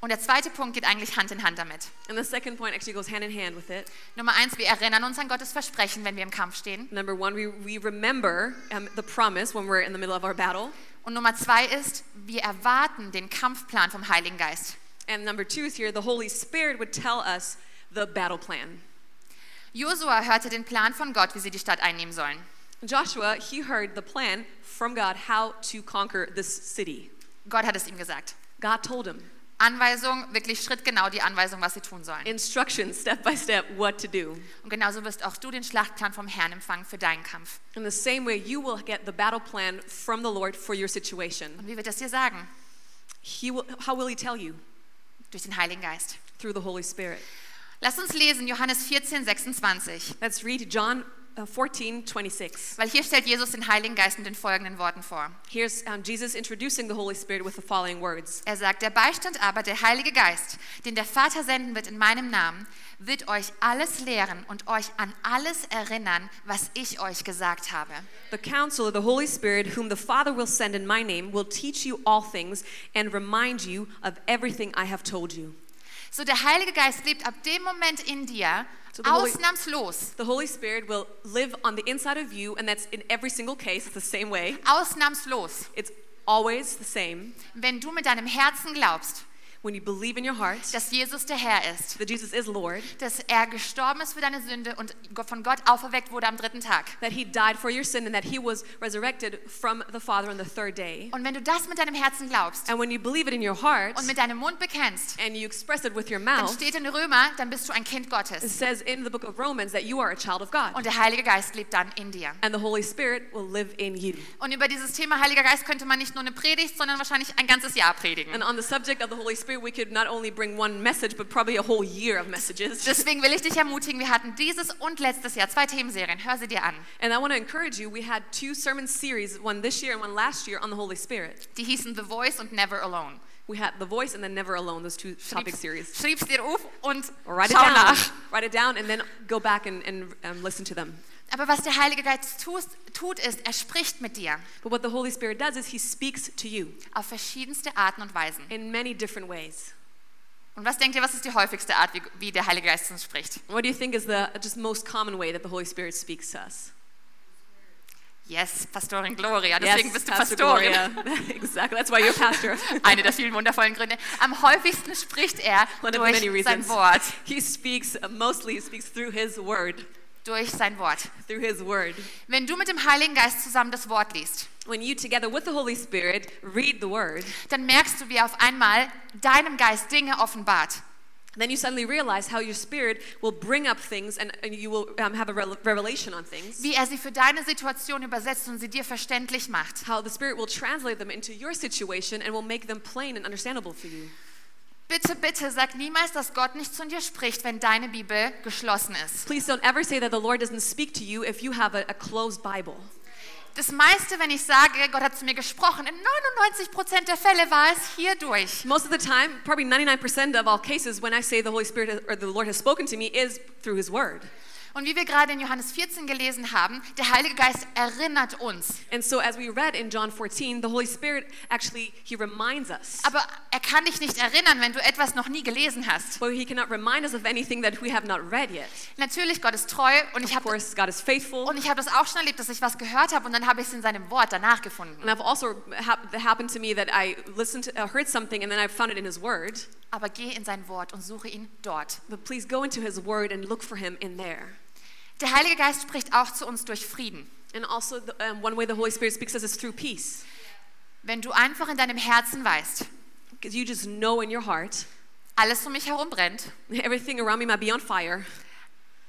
S1: Und der zweite Punkt geht eigentlich Hand in Hand damit.
S2: And the second point actually goes hand in hand with it.
S1: Nummer eins, wir erinnern uns an Gottes Versprechen, wenn wir im Kampf stehen.
S2: Number one, we, we remember um, the promise when we're in the middle of our battle.
S1: Und Nummer zwei ist, wir erwarten den Kampfplan vom Heiligen Geist.
S2: And number two is here the Holy Spirit would tell us the battle plan.
S1: Josua hörte den Plan von Gott, wie sie die Stadt einnehmen sollen.
S2: Joshua, he heard the plan from God how to conquer this city.
S1: Gott hat es ihm gesagt.
S2: God told him
S1: Anweisung, wirklich schrittgenau die Anweisung, was sie tun sollen.
S2: instructions step by step what to do.
S1: Und genauso wirst auch du den Schlachtplan vom Herrn empfangen für deinen Kampf.
S2: In the same way, you will get the battle plan from the Lord for your situation.
S1: Und wie wird das dir sagen?
S2: He will, how will He tell you?
S1: Durch den Heiligen Geist.
S2: Through the Holy Spirit.
S1: Lasst uns lesen Johannes 14, 26.
S2: Let's read John uh, 14, 26.
S1: Weil hier stellt Jesus den Heiligen Geist mit den folgenden Worten vor.
S2: Here's um, Jesus introducing the Holy Spirit with the following words
S1: Er sagt, der Beistand aber, der Heilige Geist, den der Vater senden wird in meinem Namen, wird euch alles lehren und euch an alles erinnern, was ich euch gesagt habe.
S2: The counselor, the Holy Spirit, whom the Father will send in my name, will teach you all things and remind you of everything I have told you.
S1: So, der Heilige Geist lebt ab dem Moment in dir
S2: So the Holy-
S1: ausnahmslos.
S2: The Holy Spirit will live on the inside of you, and that's in every single case, it's the same way.
S1: Ausnahmslos.
S2: It's always the same.
S1: Wenn du mit deinem Herzen glaubst,
S2: When you believe in your heart
S1: dass Jesus der Herr ist,
S2: that Jesus is Lord,
S1: dass er gestorben ist für deine Sünde und von Gott auferweckt wurde am dritten Tag.
S2: that he died for your sin, and that he was resurrected from the Father on the third day.
S1: Und wenn du das mit deinem Herzen glaubst
S2: And when you believe it in your heart
S1: und mit deinem Mund bekennst,
S2: and you express it with your
S1: dann
S2: mouth,
S1: steht in Römer, dann bist du ein Kind
S2: it
S1: Gottes.
S2: says in the book of Romans that you are a child of God.
S1: Und der Heilige Geist lebt dann in dir.
S2: And the Holy Spirit will live in you.
S1: Und über dieses Thema Heiliger Geist könnte man nicht nur eine Predigt, sondern wahrscheinlich ein ganzes Jahr
S2: And
S1: predigen.
S2: on the subject of the Holy Spirit, we could not only bring one message, but probably a whole year of messages.
S1: Deswegen will ich dich ermutigen, wir hatten dieses und letztes Jahr zwei Themenserien. Hör sie dir an.
S2: And I want to encourage you, we had two sermon series, one this year and one last year, on the Holy Spirit.
S1: Die hießen The Voice und Never Alone.
S2: We had The Voice and then Never Alone, those two topic series.
S1: Schrieb's dir auf und
S2: Or write it
S1: schau
S2: down.
S1: nach.
S2: Write it down and then go back and, and um, listen to them.
S1: Aber was der Heilige Geist tust, tut, ist, er spricht mit dir
S2: But what the Holy Spirit does is He speaks to you
S1: auf verschiedenste Arten und Weisen.
S2: in many different ways.
S1: Und was denkt ihr, was ist die häufigste Art, wie, wie der Heilige Geist uns spricht?
S2: What do you think is the just most common way that the Holy Spirit speaks to us?
S1: Yes, Pastorin Gloria, deswegen bist du
S2: Pastor
S1: Pastorin.
S2: Gloria. exactly. That's why you're pastor.
S1: Eine der vielen wundervollen Gründe. Am häufigsten spricht er
S2: One of the many
S1: durch sein
S2: reasons.
S1: Wort.
S2: He speaks uh, mostly. He speaks through His Word.
S1: Durch sein Wort.
S2: Through His Word.
S1: Wenn du mit dem Heiligen Geist zusammen das Wort liest,
S2: When you, together with the Holy Spirit, read the Word,
S1: dann merkst du, wie er auf einmal deinem Geist Dinge offenbart.
S2: then you suddenly realize how your Spirit will bring up things, and, and you will um, have a rel- revelation on things.
S1: Wie er sie für deine Situation übersetzt und sie dir verständlich macht.
S2: How the Spirit will translate them into your situation and will make them plain and understandable for you.
S1: Bitte, bitte sag niemals, dass Gott nicht zu dir spricht, wenn deine Bibel geschlossen ist.
S2: Please don't ever say that the Lord doesn't speak to you if you have a, a closed Bible.
S1: Das meiste, wenn ich sage, Gott hat zu mir gesprochen, in 99% der Fälle war es hierdurch.
S2: Most of the time, probably 99% of all cases, when I say the Holy Spirit has- or the Lord has spoken to me, is through His Word.
S1: Und wie wir gerade in Johannes 14 gelesen haben, der Heilige Geist erinnert uns.
S2: And so, as we read in John 14, the Holy Spirit actually He reminds us.
S1: Aber er kann dich nicht erinnern, wenn du etwas noch nie gelesen hast.
S2: But He cannot remind us of anything that we have not read yet.
S1: Natürlich, Gott ist treu und ich
S2: Of
S1: habe
S2: course, God is faithful.
S1: und ich habe das auch schon erlebt, dass ich was gehört habe und dann habe ich es in seinem Wort danach
S2: And
S1: gefunden.
S2: I've also hap- happened to me that I listened, to, uh, heard something, and then I found it in His Word.
S1: Aber geh in sein Wort und suche ihn dort.
S2: But please go into His Word and look for Him in there.
S1: Der Heilige Geist spricht auch zu uns durch Frieden.
S2: And also, the, um, one way the Holy Spirit speaks to us is through peace.
S1: Wenn du einfach in deinem Herzen weißt,
S2: Because you just know in your heart,
S1: alles um mich herum brennt,
S2: everything around me might be on fire,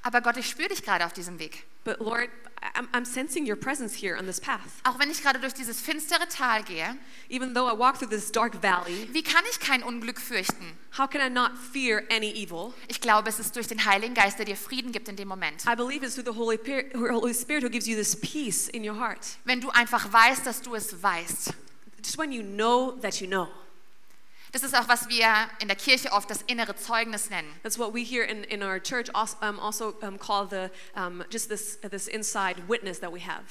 S1: aber Gott, ich spüre dich gerade auf diesem Weg.
S2: but Lord, I- I'm, I'm sensing your presence here on this path.
S1: Auch wenn ich gerade durch dieses finstere Tal gehe,
S2: Even though I walk through this dark valley,
S1: wie kann ich kein Unglück fürchten?
S2: how can I not fear any evil?
S1: Ich glaube, es ist durch den Heiligen Geist, der dir Frieden gibt in dem Moment.
S2: I believe it's through the Holy, Pir- who- Holy Spirit who gives you this peace in your heart.
S1: Wenn du einfach weißt, dass du es weißt.
S2: Just when you know that you know.
S1: Das ist auch, was wir in der Kirche oft das innere Zeugnis nennen.
S2: That's what we here in, in our church also, um, also um, call the, um, just this, this inside witness that we have.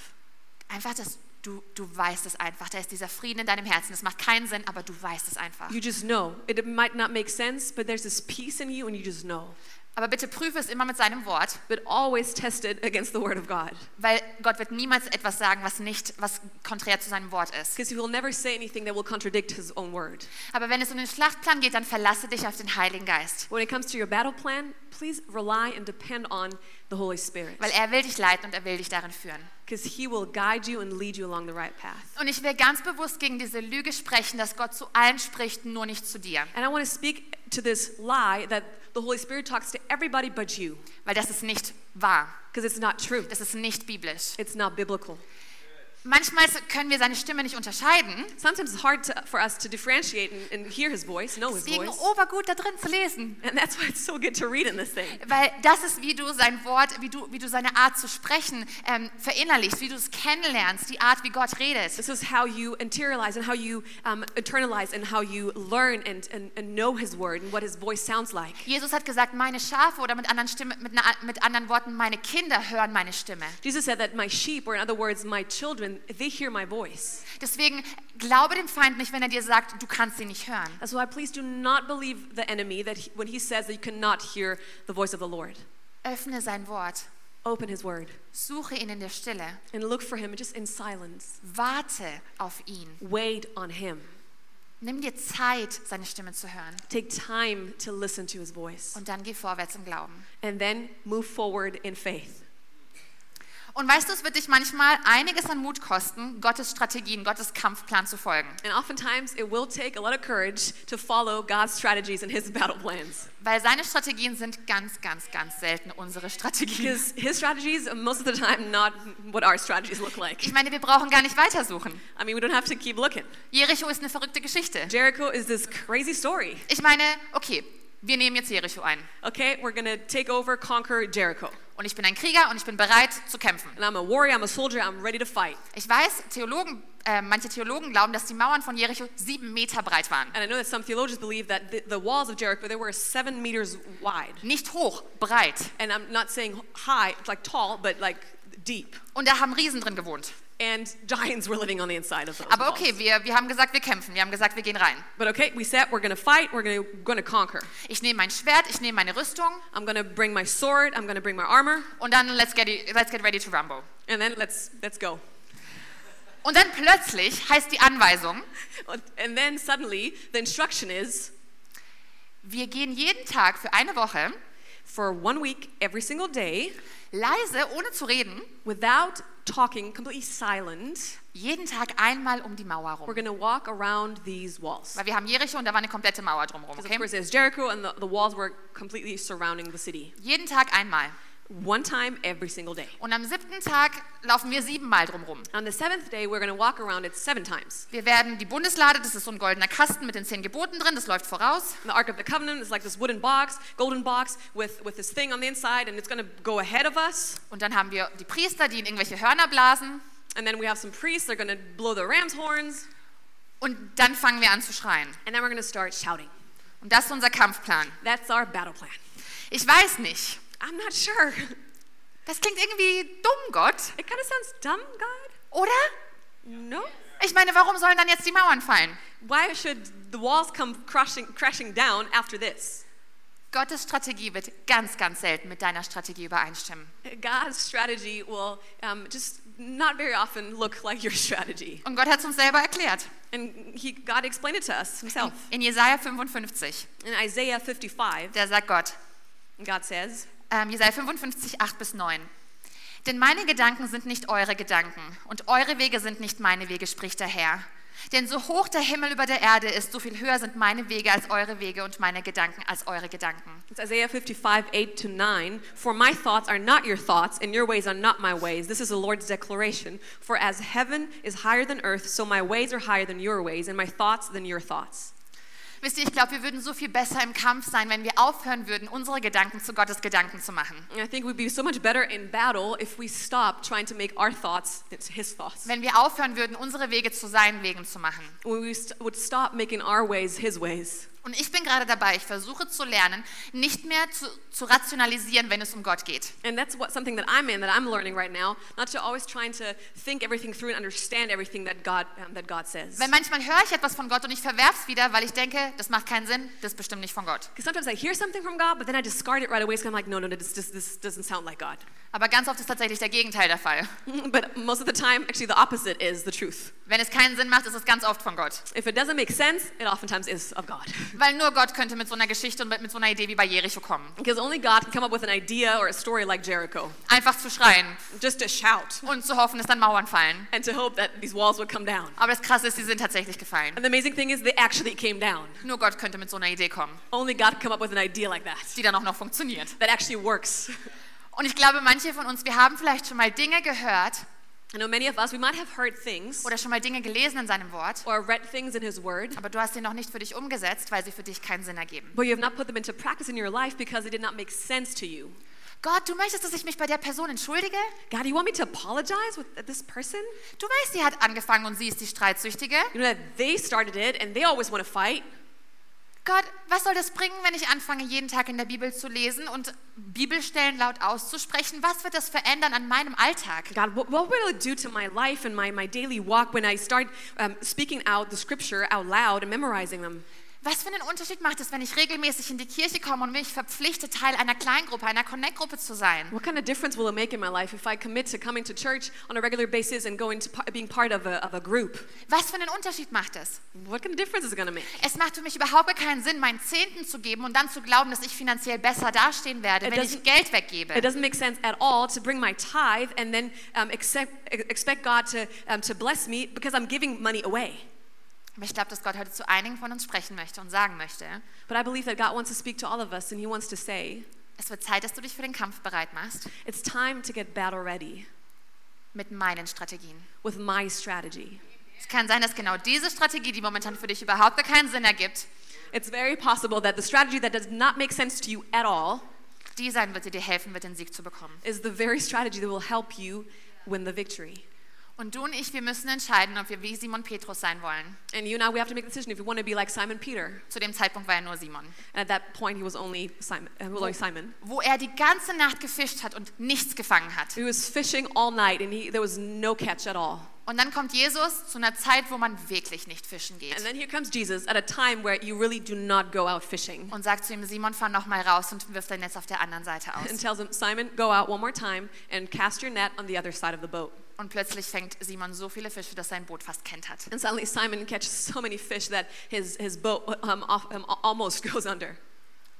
S1: Einfach, dass du, du weißt es einfach. Da ist dieser Frieden in deinem Herzen. Das macht keinen Sinn, aber du weißt es einfach.
S2: You just know. It might not make sense, but there's this peace in you and you just know.
S1: Aber bitte prüfe es immer mit seinem Wort,
S2: but always tested against the word of God.
S1: weil Gott wird niemals etwas sagen, was nicht, was konträr zu seinem Wort ist.
S2: Because he will never say anything that will contradict his own word.
S1: Aber wenn es um den Schlachtplan geht, dann verlasse dich auf den Heiligen Geist,
S2: When it comes to your battle plan, please rely and depend on the Holy Spirit.
S1: weil er will dich leiten und er will dich darin führen.
S2: Because he will guide you and lead you along the right path.
S1: Und ich will ganz bewusst gegen diese Lüge sprechen, dass Gott zu allen spricht, nur nicht zu dir,
S2: And I want to speak to this lie that the Holy Spirit talks to everybody but you.
S1: weil das ist nicht wahr,
S2: Because it's not true,
S1: das ist nicht biblisch.
S2: it's not biblical.
S1: Manchmal können wir seine Stimme nicht unterscheiden.
S2: Sometimes it's hard to, for us to differentiate and, and hear his voice, know his
S1: Deswegen
S2: voice.
S1: obergut da drin zu lesen.
S2: And that's why it's so good to read in this thing.
S1: Weil das ist, wie du sein Wort, wie du, wie du seine Art zu sprechen ähm, verinnerlichst, wie du es kennenlernst, die Art, wie Gott redet.
S2: This is how you interiorize and how you um, internalize and how you learn and, and, and know his word and what his voice sounds like.
S1: Jesus hat gesagt, meine Schafe oder mit anderen, Stimme, mit, einer, mit anderen Worten, meine Kinder hören meine Stimme.
S2: Jesus said that my sheep, or in other words, my children, they hear my voice.
S1: Deswegen glaube dem Feind nicht, wenn er dir sagt, du kannst sie nicht hören.
S2: That's why please do not believe the enemy that he, when he says that you cannot hear the voice of the Lord.
S1: Öffne sein Wort,
S2: Open his word
S1: suche ihn in der Stille,
S2: and look for him just in silence.
S1: warte auf ihn.
S2: Wait on him.
S1: Nimm dir Zeit, seine Stimme zu hören.
S2: Take time to listen to his voice
S1: Und dann geh vorwärts im Glauben.
S2: and then move forward in faith.
S1: Und weißt du, es wird dich manchmal einiges an Mut kosten, Gottes Strategien, Gottes Kampfplan zu folgen.
S2: And oftentimes it will take a lot of courage to follow God's strategies and his battle plans.
S1: Weil seine Strategien sind ganz, ganz, ganz selten unsere Strategien.
S2: Because his strategies, are most of the time, not what our strategies look like.
S1: Ich meine, wir brauchen gar nicht weitersuchen.
S2: I mean, we don't have to keep looking.
S1: Jericho ist eine verrückte Geschichte.
S2: Jericho is this crazy story.
S1: Ich meine, okay, wir nehmen jetzt Jericho ein.
S2: Okay, we're gonna take over, conquer Jericho.
S1: Und ich bin ein Krieger und ich bin bereit zu kämpfen.
S2: And I'm a warrior, I'm a soldier, I'm ready to fight.
S1: Ich weiß, Theologen, äh, manche Theologen glauben, dass die Mauern von Jericho sieben Meter breit waren.
S2: And I know that some theologians believe that the, the walls of Jericho, they were seven meters wide.
S1: Nicht hoch, breit.
S2: And I'm not saying high, like tall, but like deep.
S1: Und da haben Riesen drin gewohnt.
S2: And giants were living on the inside of those
S1: Aber
S2: walls.
S1: okay, wir, wir haben gesagt, wir kämpfen. Wir haben gesagt, wir gehen rein.
S2: But okay, we said we're gonna fight, we're gonna, gonna conquer.
S1: Ich nehme mein Schwert, ich nehme meine Rüstung
S2: I'm gonna bring my sword, I'm gonna bring my armor,
S1: und dann let's get, let's get ready to rumble.
S2: and then let's, let's go.
S1: Und dann plötzlich heißt die Anweisung,
S2: And then suddenly, the instruction is
S1: wir gehen jeden Tag für eine Woche
S2: for one week, every single day,
S1: leise, ohne zu reden,
S2: without talking, completely silent,
S1: jeden Tag einmal um die Mauer
S2: we're
S1: rum.
S2: going to walk around these walls.
S1: Weil wir haben Jericho und da war eine komplette Mauer drumherum.
S2: Because
S1: Okay?
S2: of course, there's Jericho, and the, the walls were completely surrounding the city.
S1: Jeden Tag einmal.
S2: One time every single day.
S1: Und am siebten Tag laufen wir siebenmal drumherum.
S2: On the seventh day, we're going to walk around it seven times.
S1: Wir werden die Bundeslade, das ist so ein goldener Kasten mit den zehn Geboten drin, das läuft voraus.
S2: And the Ark of the Covenant is like this wooden box, golden box, with, with this thing on the inside, and it's going to go ahead of us.
S1: Und dann haben wir die Priester, die in irgendwelche Hörner blasen.
S2: And then we have some priests, they're going to blow the ram's horns,
S1: Und dann fangen wir an zu schreien.
S2: and then we're going to start shouting.
S1: Und das ist unser Kampfplan.
S2: That's our battle plan.
S1: Ich weiß nicht.
S2: I'm not sure.
S1: Das klingt irgendwie dumm, Gott,
S2: It kind of sounds dumb, God.
S1: oder?
S2: No?
S1: Ich meine, warum sollen dann jetzt die Mauern fallen?
S2: Why should the walls come crashing, crashing down after this?
S1: Gottes Strategie wird ganz, ganz selten mit deiner Strategie übereinstimmen.
S2: God's strategy will um, just not very often look like your strategy.
S1: Und Gott hat es uns selber erklärt.
S2: And he, God explained it to us himself.
S1: In Jesaja 55,
S2: In Isaiah 55,
S1: da sagt Gott,
S2: God says,
S1: Ähm, Jesaja 55, 8 bis 9. Denn meine Gedanken sind nicht eure Gedanken und eure Wege sind nicht meine Wege, spricht der Herr. Denn so hoch der Himmel über der Erde ist, so viel höher sind meine Wege als eure Wege und meine Gedanken als eure Gedanken.
S2: it's Isaiah 55, 8 to 9, For my thoughts are not your thoughts, and your ways are not my ways. This is the Lord's declaration. For as heaven is higher than earth, so my ways are higher than your ways, and my thoughts than your thoughts.
S1: Wisst ihr, ich glaube, wir würden so viel besser im Kampf sein, wenn wir aufhören würden, unsere Gedanken zu Gottes Gedanken zu machen.
S2: And I think we'd be so much better in battle if we stopped trying to make our thoughts into his thoughts.
S1: Wenn wir aufhören würden, unsere Wege zu seinen Wegen zu machen.
S2: When we st- would stop making our ways his ways.
S1: Und ich bin gerade dabei, ich versuche zu lernen, nicht mehr zu, zu rationalisieren, wenn es um Gott geht.
S2: And that's what something that I'm in that I'm learning right now, not to always trying to think everything through and understand everything that God um, that God says.
S1: Weil manchmal höre ich etwas von Gott und ich verwerfe es wieder, weil ich denke, das macht keinen Sinn, das ist bestimmt nicht von Gott.
S2: Because sometimes I hear something from God, but then I discard it right away. So I'm like, no, no, no, this, this, this doesn't sound like God.
S1: Aber ganz oft ist tatsächlich der Gegenteil der Fall.
S2: But most of the time, actually, the opposite is the truth.
S1: Wenn es keinen Sinn macht, ist es ganz oft von Gott.
S2: If it doesn't make sense, it oftentimes is of God.
S1: Weil nur Gott könnte mit so einer Geschichte und mit, mit so einer Idee wie bei Jericho kommen.
S2: Because only God can come up with an idea or a story like Jericho,
S1: Einfach zu schreien
S2: just to shout
S1: und zu hoffen, dass dann Mauern fallen.
S2: and to hope that these walls would come down.
S1: Aber das Krasse ist, sie sind tatsächlich gefallen.
S2: And the amazing thing is, they actually came down.
S1: Nur Gott könnte mit so einer Idee kommen,
S2: Only God can come up with an idea like that,
S1: die dann auch noch funktioniert.
S2: that actually works.
S1: Und ich glaube, manche von uns, wir haben vielleicht schon mal Dinge gehört,
S2: I know many of us, we might have heard things
S1: oder schon mal Dinge gelesen in seinem Wort,
S2: or read things in His Word,
S1: aber du hast sie noch nicht für dich umgesetzt, weil sie für dich keinen Sinn ergeben.
S2: but you have not put them into practice in your life because they did not make sense to you.
S1: Gott, du möchtest, dass ich mich bei der Person entschuldige?
S2: God, you want me to apologize with this person?
S1: Du weißt, sie hat angefangen und sie ist die Streitsüchtige.
S2: You know that they started it and they always want to fight.
S1: Gott, was soll das bringen, wenn ich anfange, jeden Tag in der Bibel zu lesen und Bibelstellen laut auszusprechen? Was wird das verändern an meinem Alltag?
S2: God, what, what will it do to my life and my, my daily walk when I start um, speaking out the scripture out loud and memorizing them?
S1: Was für einen Unterschied macht es, wenn ich regelmäßig in die Kirche komme und mich verpflichte, Teil einer Kleingruppe, einer Connect-Gruppe zu sein?
S2: What kind of difference will it make in my life if I commit to coming to church on a regular basis and going to pa- being part of a, of a group?
S1: Was für einen Unterschied macht es?
S2: What kind of difference is it going to make?
S1: Es macht für mich überhaupt gar keinen Sinn, meinen Zehnten zu geben und dann zu glauben, dass ich finanziell besser dastehen werde,
S2: It
S1: wenn
S2: doesn't-
S1: ich Geld weggebe.
S2: It doesn't make sense at all to bring my tithe and then um, accept, ex- expect God to, um, to bless me because I'm giving money away.
S1: Aber ich glaube, dass Gott heute zu einigen von uns sprechen möchte und sagen möchte,
S2: But I believe that God wants to speak to all of us and He wants to say,
S1: es wird Zeit, dass du dich für den Kampf bereit machst
S2: it's time to get battle ready
S1: mit meinen Strategien.
S2: with my strategy.
S1: Es kann sein, dass genau diese Strategie, die momentan für dich überhaupt gar keinen Sinn ergibt,
S2: It's very possible that the strategy that does not make sense to you at all
S1: die sein wird, die dir helfen wird, den Sieg zu bekommen.
S2: is the very strategy that will help you win the victory.
S1: Und du und ich, wir müssen entscheiden, ob wir wie Simon Petrus sein wollen.
S2: And you and I, we have to make a decision if you want to be like Simon Peter.
S1: Zu dem Zeitpunkt war er nur Simon.
S2: And at that point, he was only Simon. Uh, was only Simon.
S1: Wo er die ganze Nacht gefischt hat und nichts gefangen hat.
S2: He was fishing all night, and he, there was no catch at all.
S1: Und dann kommt Jesus zu einer Zeit, wo man wirklich nicht fischen
S2: And
S1: geht.
S2: then here comes Jesus at a time where you really do not go out fishing,
S1: Und sagt zu ihm, Simon, fahr nochmal raus und wirf dein Netz auf der anderen Seite
S2: and
S1: aus.
S2: tells him, Simon, go out one more time and cast your net on the other side of the boat.
S1: Und plötzlich fängt Simon so viele Fische, dass sein Boot fast kentert.
S2: And suddenly Simon catches so many fish that his, his boat um, off, um, almost goes under.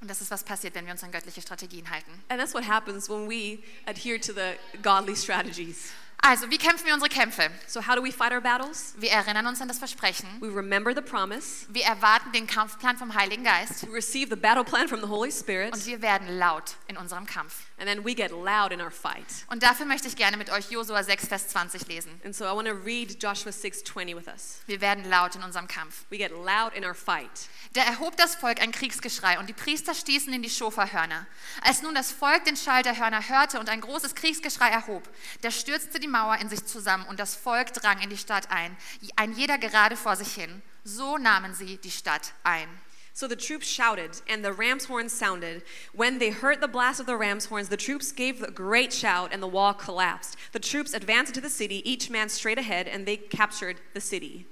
S1: Und das ist, was passiert, wenn wir uns an göttliche Strategien halten.
S2: And that's what happens when we adhere to the godly strategies.
S1: Also, wie kämpfen wir unsere Kämpfe?
S2: So, how do we fight our battles?
S1: Wir erinnern uns an das Versprechen.
S2: We remember the promise,
S1: Wir erwarten den Kampfplan vom Heiligen Geist.
S2: we receive the battle plan from the Holy Spirit,
S1: Und wir werden laut in unserem Kampf.
S2: and then we get loud in our fight.
S1: Und dafür möchte ich gerne mit euch Josua 6, Vers 20 lesen.
S2: And so, I want to read Joshua 6:20 with us.
S1: Wir werden laut in unserem Kampf.
S2: We get loud in our fight.
S1: Da erhob das Volk ein Kriegsgeschrei und die Priester stießen in die Schoferhörner. Als nun das Volk den Schall der Hörner hörte und ein großes Kriegsgeschrei erhob, da stürzte die Mauer in sich zusammen und das Volk drang in die Stadt ein, ein jeder gerade vor sich hin. So nahmen sie die Stadt ein.
S2: So the troops shouted, and the ram's horns sounded. When they heard the blast of the ram's horns, the troops gave a great shout, and the wall collapsed. The troops advanced into the city, each man straight ahead, and they captured the city.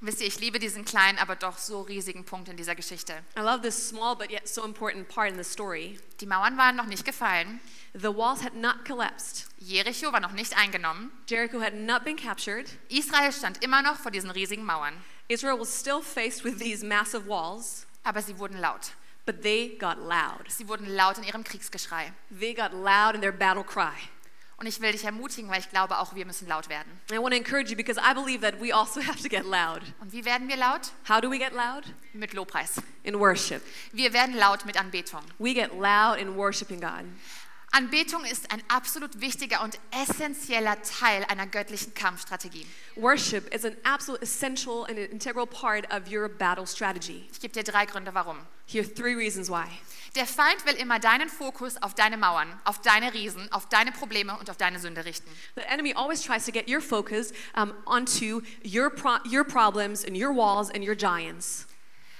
S1: Wisst ihr, ich liebe diesen kleinen, aber doch so riesigen Punkt in dieser Geschichte.
S2: I love this small but yet so important part in the story.
S1: Die Mauern waren noch nicht gefallen,
S2: The walls had not collapsed.
S1: Jericho war noch nicht eingenommen,
S2: Jericho had not been captured.
S1: Israel stand immer noch vor diesen riesigen Mauern,
S2: Israel was still faced with these massive walls,
S1: aber sie wurden laut.
S2: but they got loud.
S1: Sie wurden laut in ihrem Kriegsgeschrei.
S2: They got loud in their battle cry.
S1: Und ich will dich ermutigen, weil ich glaube, auch wir müssen laut werden.
S2: And I want to encourage you because I believe that we also have to get loud.
S1: Und wie werden wir laut?
S2: How do we get loud?
S1: Mit Lobpreis.
S2: In worship.
S1: Wir werden laut mit Anbetung.
S2: We get loud in worshiping God.
S1: Anbetung ist ein absolut wichtiger und essentieller Teil einer göttlichen Kampfstrategie.
S2: Worship is an absolute essential and an integral part of your battle strategy.
S1: Ich gebe dir drei Gründe, warum.
S2: Here are three reasons why.
S1: Der Feind will immer deinen Fokus auf deine Mauern, auf deine Riesen, auf deine Probleme und auf deine Sünde richten.
S2: The enemy always tries to get your focus um, onto your, pro- your problems and your walls and your giants.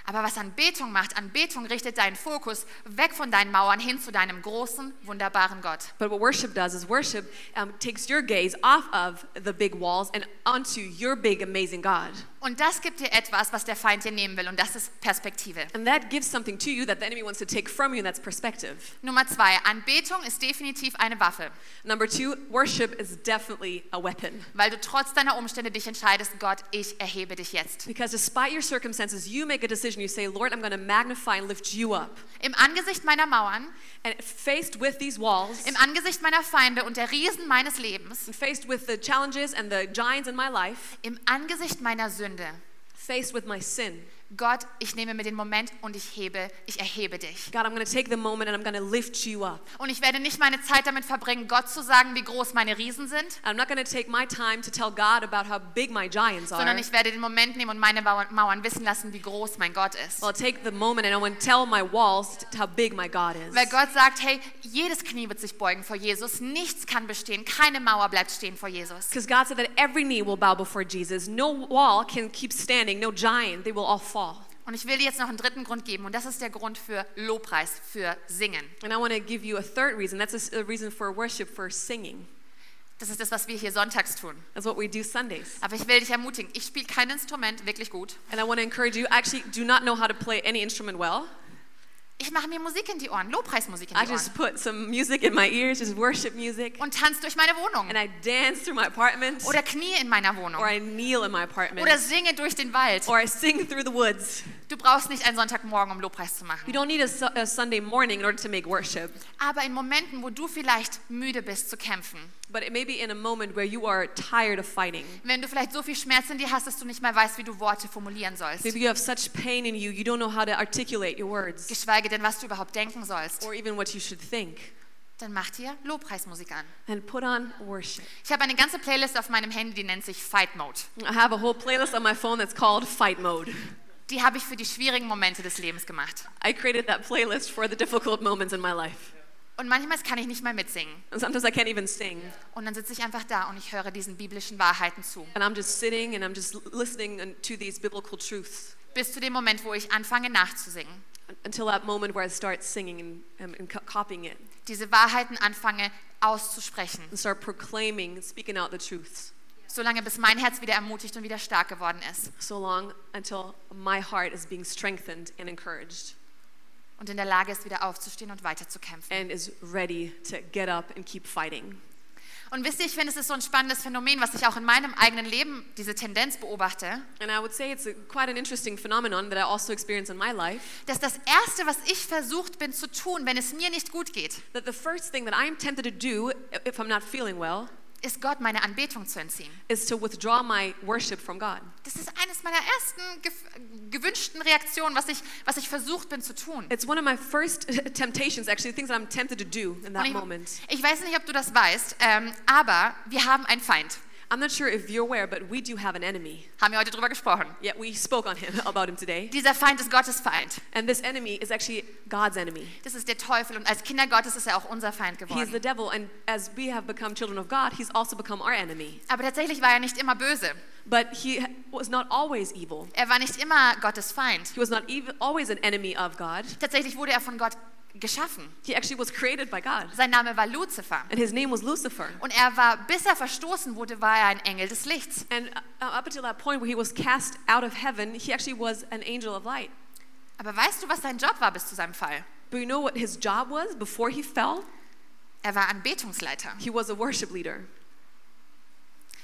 S1: Aber was Anbetung macht, Anbetung richtet deinen Fokus weg von deinen Mauern hin zu deinem großen, wunderbaren Gott.
S2: But what worship does is worship um, takes your gaze off of the big walls and onto your big, amazing God.
S1: Und das gibt dir etwas, was der Feind dir nehmen will, und das ist Perspektive.
S2: And that gives something to you that the enemy wants to take from you, and that's perspective.
S1: Nummer zwei, Anbetung ist definitiv eine Waffe,
S2: Number two, worship is definitely a weapon.
S1: weil du trotz deiner Umstände dich entscheidest, Gott, ich erhebe dich jetzt.
S2: Because despite your circumstances, you make a decision. You say, Lord, I'm going to magnify and lift you up.
S1: Im Angesicht meiner Mauern,
S2: And faced with these walls,
S1: im Angesicht meiner Feinde und der Riesen meines Lebens,
S2: and faced with the challenges and the giants in my life,
S1: im Angesicht meiner Sünde,
S2: faced with my sin,
S1: Gott, ich nehme mir den Moment und ich hebe, ich erhebe dich.
S2: God, I'm going to take the moment and I'm going to lift you up.
S1: Und ich werde nicht meine Zeit damit verbringen, Gott zu sagen, wie groß meine Riesen sind,
S2: I'm not going to take my time to tell God about how big my giants are.
S1: sondern ich werde den Moment nehmen und meine Bau- Mauern wissen lassen, wie groß mein Gott ist.
S2: I'll take the moment and I want to tell my walls t- how big my God is.
S1: Weil Gott sagt, hey, jedes Knie wird sich beugen vor Jesus, nichts kann bestehen, keine Mauer bleibt stehen vor Jesus.
S2: Because God said that every knee will bow before Jesus. No wall can keep standing, no giant. They will all fall.
S1: Und ich will dir jetzt noch einen dritten Grund geben und das ist der Grund für Lobpreis, für Singen.
S2: And I want to give you a third reason. That's a s- a, reason for worship, for singing.
S1: Das ist das, was wir hier sonntags tun.
S2: That's what we do Sundays.
S1: Aber ich will dich ermutigen, ich spiele kein Instrument wirklich gut.
S2: And I want to encourage you. I actually do not know how to play any instrument well.
S1: Ich mache mir Musik in die Ohren, Lobpreismusik in
S2: I
S1: die Ohren
S2: just put some music in my ears, just worship music.
S1: und tanze durch meine Wohnung
S2: And I dance through my apartment.
S1: oder knie in meiner Wohnung
S2: Or I kneel in my apartment.
S1: oder singe durch den Wald.
S2: Or I sing through the woods.
S1: Du brauchst nicht einen Sonntagmorgen, um Lobpreis zu
S2: You
S1: machen.
S2: don't need a, su- a Sunday morning in order to make worship.
S1: Aber in Momenten, wo du vielleicht müde bist zu kämpfen,
S2: But it may be in a moment where you are tired of fighting.
S1: wenn du vielleicht so viel Schmerz in dir hast, dass du nicht mehr weißt, wie du Worte formulieren sollst,
S2: Maybe you have such pain in you, you don't know how to articulate your words
S1: geschweige denn, was du überhaupt denken sollst,
S2: or even what you should think.
S1: dann mach dir Lobpreismusik an.
S2: And put on worship.
S1: Ich habe eine ganze Playlist auf meinem Handy, die nennt sich Fight Mode.
S2: I have a whole playlist on my phone that's called Fight Mode.
S1: Die habe ich für die schwierigen Momente des Lebens gemacht.
S2: I created that playlist for the difficult moments in my life.
S1: Und manchmal kann ich nicht mal mitsingen.
S2: And sometimes I can't even sing.
S1: Und dann sitze ich einfach da und ich höre diesen biblischen Wahrheiten zu.
S2: And I'm just sitting and I'm just l- listening and- to these biblical truths
S1: Bis zu dem Moment, wo ich anfange nachzusingen.
S2: until that moment where I start singing and, and, and co- copying it
S1: Diese Wahrheiten anfange auszusprechen.
S2: and start proclaiming, speaking out the truths.
S1: Solange bis mein Herz wieder ermutigt und wieder stark geworden ist.
S2: so long until my heart is being strengthened and encouraged
S1: Und in der Lage ist, wieder aufzustehen und weiterzukämpfen.
S2: and is ready to get up and keep fighting.
S1: Und wisst ihr, ich finde, es ist so ein spannendes Phänomen, was ich auch in meinem eigenen Leben diese Tendenz beobachte,
S2: And I would say it's a, quite an interesting phenomenon that I also experience in my life
S1: dass das Erste, was ich versucht bin zu tun, wenn es mir nicht gut geht,
S2: that the first thing that I am tempted to do if I'm not feeling well
S1: ist Gott meine Anbetung zu entziehen.
S2: is to withdraw my worship from God.
S1: Das ist eines meiner ersten gef- gewünschten Reaktionen, was ich, was ich versucht bin zu tun.
S2: It's one of my first temptations, actually, things that I'm tempted to do in that
S1: Und
S2: moment.
S1: ich, ich weiß nicht, ob du das weißt, ähm, aber wir haben einen Feind.
S2: I'm not sure if you're aware, but we do have an enemy.
S1: Haben wir heute drüber gesprochen.
S2: Yet we spoke on him about him today.
S1: Dieser Feind ist Gottes Feind.
S2: And this enemy is actually God's enemy.
S1: Das ist der Teufel und als Kinder Gottes ist er auch unser Feind
S2: He is the
S1: geworden.
S2: devil, and as we have become children of God, he's also become our enemy.
S1: Aber tatsächlich war er nicht immer böse.
S2: But he was not always evil.
S1: Er war nicht immer Gottes Feind.
S2: He was not ev- always an enemy of God.
S1: Tatsächlich wurde er von Gott geschaffen.
S2: He actually was created by God,
S1: Sein Name war Luzifer.
S2: and his name was Lucifer.
S1: Und er war, bis er verstoßen wurde, war er ein Engel des Lichts.
S2: And uh, up until that point where he was cast out of heaven, he actually was an angel of light.
S1: Aber weißt du, was sein Job war bis zu seinem Fall?
S2: But you know what his job was before he fell?
S1: Er war Anbetungsleiter.
S2: He was a worship leader.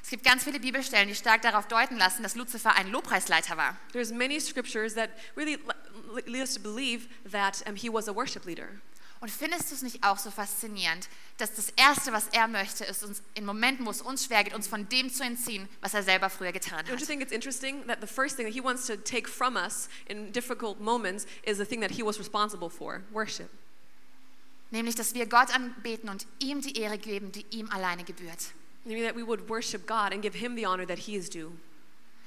S1: Es gibt ganz viele Bibelstellen, die stark darauf deuten lassen, dass Luzifer ein Lobpreisleiter war.
S2: There's many scriptures that really le- le- lead us to believe that um, he was a worship leader.
S1: Und findest du es nicht auch so faszinierend, dass das Erste, was er möchte, ist uns in Momenten, wo es uns schwer geht, uns von dem zu entziehen, was er selber früher getan
S2: Don't you
S1: hat?
S2: think it's interesting that the first thing that he wants to take from us in difficult moments is the thing that he was responsible for worship?
S1: Nämlich, dass wir Gott anbeten und ihm die Ehre geben, die ihm alleine gebührt.
S2: Maybe that we would worship God and give him the honor that he is due,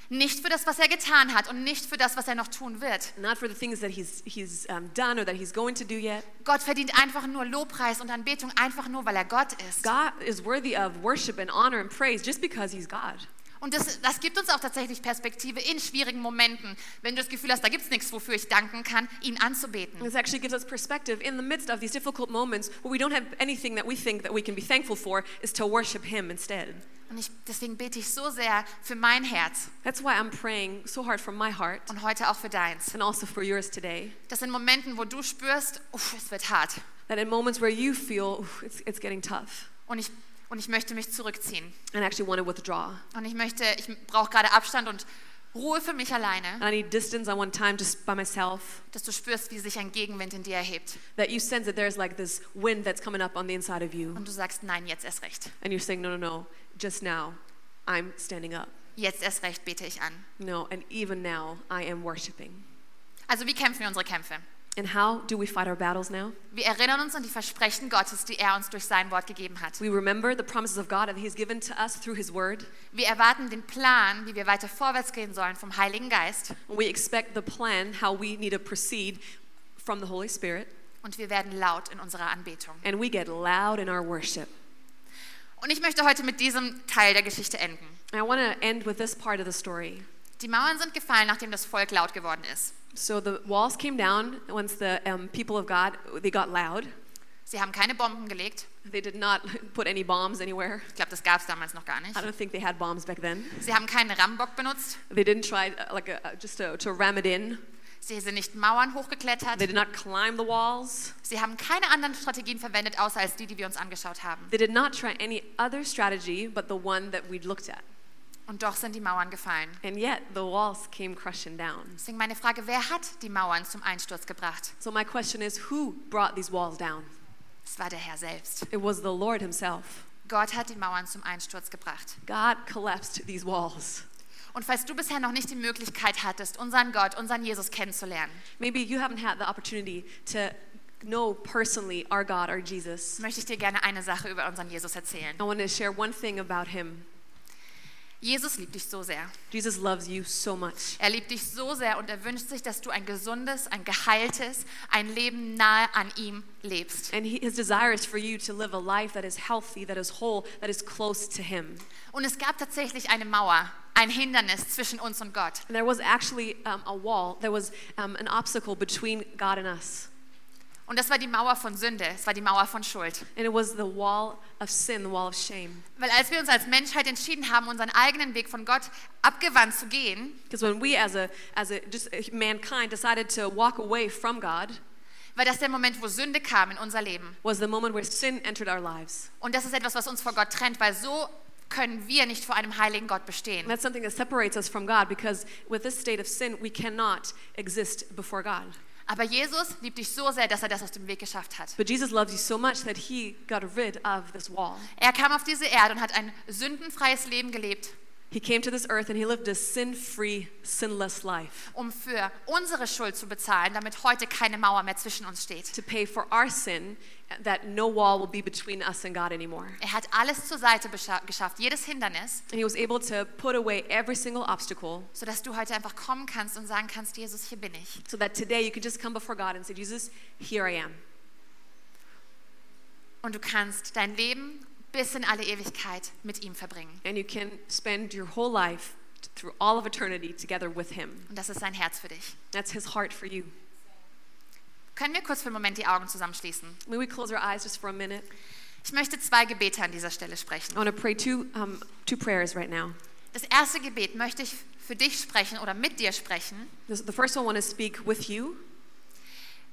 S1: Nicht für das, was er getan hat und nicht für das, was er noch tun wird.
S2: not for the things that he's, he's um, done or that he's going to do yet.
S1: Gott verdient einfach nur Lobpreis und Anbetung, einfach nur, weil er Gott ist.
S2: God is worthy of worship and honor and praise just because he's God.
S1: Und das, das gibt uns auch tatsächlich Perspektive in schwierigen Momenten, wenn du das Gefühl hast, da gibt es nichts, wofür ich danken kann, ihn anzubeten.
S2: This actually gives us perspective in the midst of these difficult moments where we don't have anything that we think that we can be thankful for is to worship him instead.
S1: Und ich, deswegen bete ich so sehr für mein Herz
S2: That's why I'm praying so hard from my heart
S1: und heute auch für deins.
S2: and also for yours today.
S1: Das sind Momenten, wo du spürst, uff, es wird hart.
S2: that in moments where you feel "Oof, it's, it's getting tough
S1: Und ich, und ich möchte mich zurückziehen.
S2: and actually want to withdraw
S1: Und ich möchte, ich brauche gerade Abstand und Ruhe für mich alleine,
S2: and i need distance i want time just by myself
S1: dass du spürst, wie sich ein Gegenwind in dir erhebt.
S2: that you sense that there's like this wind that's coming up on the inside of you
S1: Und du sagst, nein, jetzt erst recht.
S2: and you're saying no no no just now i'm standing up
S1: Jetzt erst recht bete ich an.
S2: no and even now i am worshiping
S1: Also wie kämpfen wir unsere Kämpfe?
S2: And how do we fight our battles now?
S1: Wir erinnern uns an die Versprechen Gottes, die er uns durch sein Wort gegeben hat.
S2: We remember the promises of God that He's given to us through His Word.
S1: Wir erwarten den Plan, wie wir weiter vorwärts gehen sollen vom Heiligen Geist
S2: We expect the plan, how we need to proceed from the Holy Spirit.
S1: und wir werden laut in unserer Anbetung.
S2: And we get loud in our worship.
S1: Und ich möchte heute mit diesem Teil der Geschichte enden.
S2: And I want to end with this part of the story.
S1: Die Mauern sind gefallen, nachdem das Volk laut geworden ist.
S2: So the walls came down once the um, people of God they got loud.
S1: Sie haben keine Bomben gelegt.
S2: They did not put any bombs anywhere.
S1: Ich glaube, das gab es damals noch gar nicht.
S2: I don't think they had bombs back then.
S1: Sie haben keinen Rambock benutzt.
S2: They didn't try uh, like a, uh, just to, to ram it in.
S1: Sie sind nicht Mauern
S2: They
S1: hochgeklettert.
S2: did not climb the walls.
S1: Sie haben keine anderen Strategien verwendet, außer als die, die wir uns angeschaut haben.
S2: They did not try any other strategy but the one that we'd looked at.
S1: Und doch sind die Mauern gefallen.
S2: And yet the walls came crushing down.
S1: Deswegen meine Frage, wer hat die Mauern zum Einsturz gebracht?
S2: So my question is who brought these walls down?
S1: Es war der Herr selbst.
S2: It was the Lord himself.
S1: Gott hat die Mauern zum Einsturz gebracht.
S2: God collapsed these walls.
S1: Und falls du bisher noch nicht die Möglichkeit hattest, unseren Gott, unseren Jesus kennenzulernen,
S2: Maybe you haven't had the opportunity to know personally our God, our Jesus.
S1: möchte ich dir gerne eine Sache über unseren Jesus erzählen.
S2: I want to share one thing about him.
S1: Jesus liebt dich so sehr.
S2: Jesus loves you so much.
S1: Er liebt dich so sehr und er wünscht sich, dass du ein gesundes, ein geheiltes, ein Leben nahe an ihm lebst.
S2: And he, his desire is for you to live a life that is healthy, that is whole, that is close to him.
S1: Und es gab tatsächlich eine Mauer, ein Hindernis zwischen uns und Gott.
S2: And there was actually um, a wall, there was um, an obstacle between God and us.
S1: Und das war die Mauer von Sünde, es war die Mauer von Schuld.
S2: And it was the wall of sin, the wall of shame.
S1: Weil als wir uns als Menschheit entschieden haben, unseren eigenen Weg von Gott abgewandt zu gehen,
S2: Because when we as a, as a, just uh, mankind decided to walk away from God,
S1: war das der Moment, wo Sünde kam in unser Leben.
S2: was the moment where sin entered our lives.
S1: Und das ist etwas, was uns vor Gott trennt, weil so können wir nicht vor einem heiligen Gott bestehen.
S2: And that's something that separates us from God because with this state of sin, we cannot exist before God.
S1: Aber Jesus liebt dich so sehr, dass er das aus dem Weg geschafft hat.
S2: But Jesus loves you so much that he got rid of this wall.
S1: Er kam auf diese Erde und hat ein sündenfreies Leben gelebt,
S2: He came to this earth and he lived a sin free, sinless life
S1: um für unsere Schuld zu bezahlen, damit heute keine Mauer mehr zwischen uns steht.
S2: to pay for our sin that no wall will be between us and God anymore.
S1: Er hat alles zur Seite bescha- geschafft, jedes Hindernis,
S2: And he was able to put away every single obstacle
S1: sodass du heute einfach kommen kannst und sagen kannst, Jesus, hier bin ich.
S2: so that today you can just come before God and say, Jesus, here I am.
S1: Und du kannst dein Leben bis in alle Ewigkeit mit ihm verbringen.
S2: And you can spend your whole life through all of eternity together with him.
S1: Und das ist sein Herz für dich.
S2: That's his heart for you.
S1: Können wir kurz für einen Moment die Augen zusammenschließen?
S2: May we close our eyes just for a minute?
S1: Ich möchte zwei Gebete an dieser Stelle
S2: I
S1: sprechen.
S2: want to pray two, um, two prayers right now.
S1: Das erste Gebet möchte ich für dich sprechen oder mit dir sprechen,
S2: This, the first one I want to speak with you.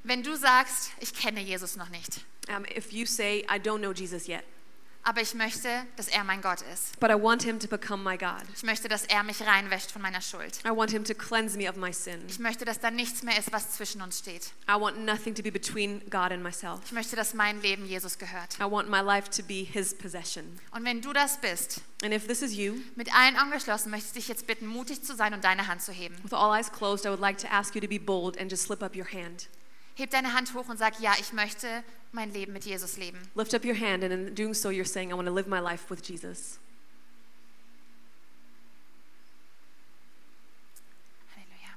S1: wenn du sagst, ich kenne Jesus noch nicht,
S2: Um, if you say, I don't know Jesus yet,
S1: aber ich möchte, dass er mein Gott ist.
S2: but I want him to become my God.
S1: Ich möchte, dass er mich reinwäscht von meiner Schuld.
S2: I want him to cleanse me of my sin.
S1: Ich möchte, dass da nichts mehr ist, was zwischen uns steht.
S2: I want nothing to be between God and myself.
S1: Ich möchte, dass mein Leben Jesus gehört.
S2: I want my life to be his possession.
S1: Und wenn du das bist,
S2: And if this is you,
S1: mit allen Augen geschlossen, möchte ich dich jetzt bitten, mutig zu sein und deine Hand zu heben.
S2: with all eyes closed, I would like to ask you to be bold and just slip up your hand.
S1: Heb deine Hand hoch und sag, ja, ich möchte mein Leben mit Jesus leben.
S2: Lift up your hand, and in doing so, you're saying, I want to live my life with Jesus.
S1: Halleluja.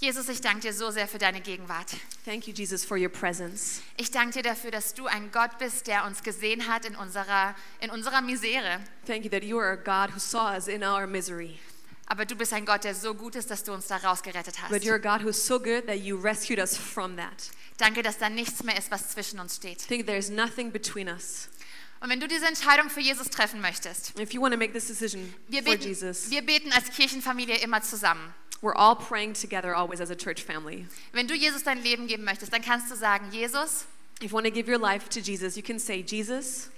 S1: Jesus, ich danke dir so sehr für deine Gegenwart.
S2: Thank you, Jesus, for your presence.
S1: Ich danke dir dafür, dass du ein Gott bist, der uns gesehen hat in unserer, in unserer Misere.
S2: Thank you that you are a God who saw us in our misery.
S1: Aber du bist ein Gott, der so gut ist, dass du uns da rausgerettet hast.
S2: But you're a God who's so good that you rescued us from that.
S1: Danke, dass da nichts mehr ist, was zwischen uns steht.
S2: Think there's nothing between us.
S1: Und wenn du diese Entscheidung für Jesus treffen möchtest,
S2: If you want to make this decision
S1: wir
S2: for
S1: beten,
S2: Jesus,
S1: wir beten als Kirchenfamilie immer zusammen.
S2: we're all praying together always as a church family.
S1: Wenn du Jesus dein Leben geben möchtest, dann kannst du sagen, Jesus,
S2: If you want to give your life to Jesus, you can say, Jesus,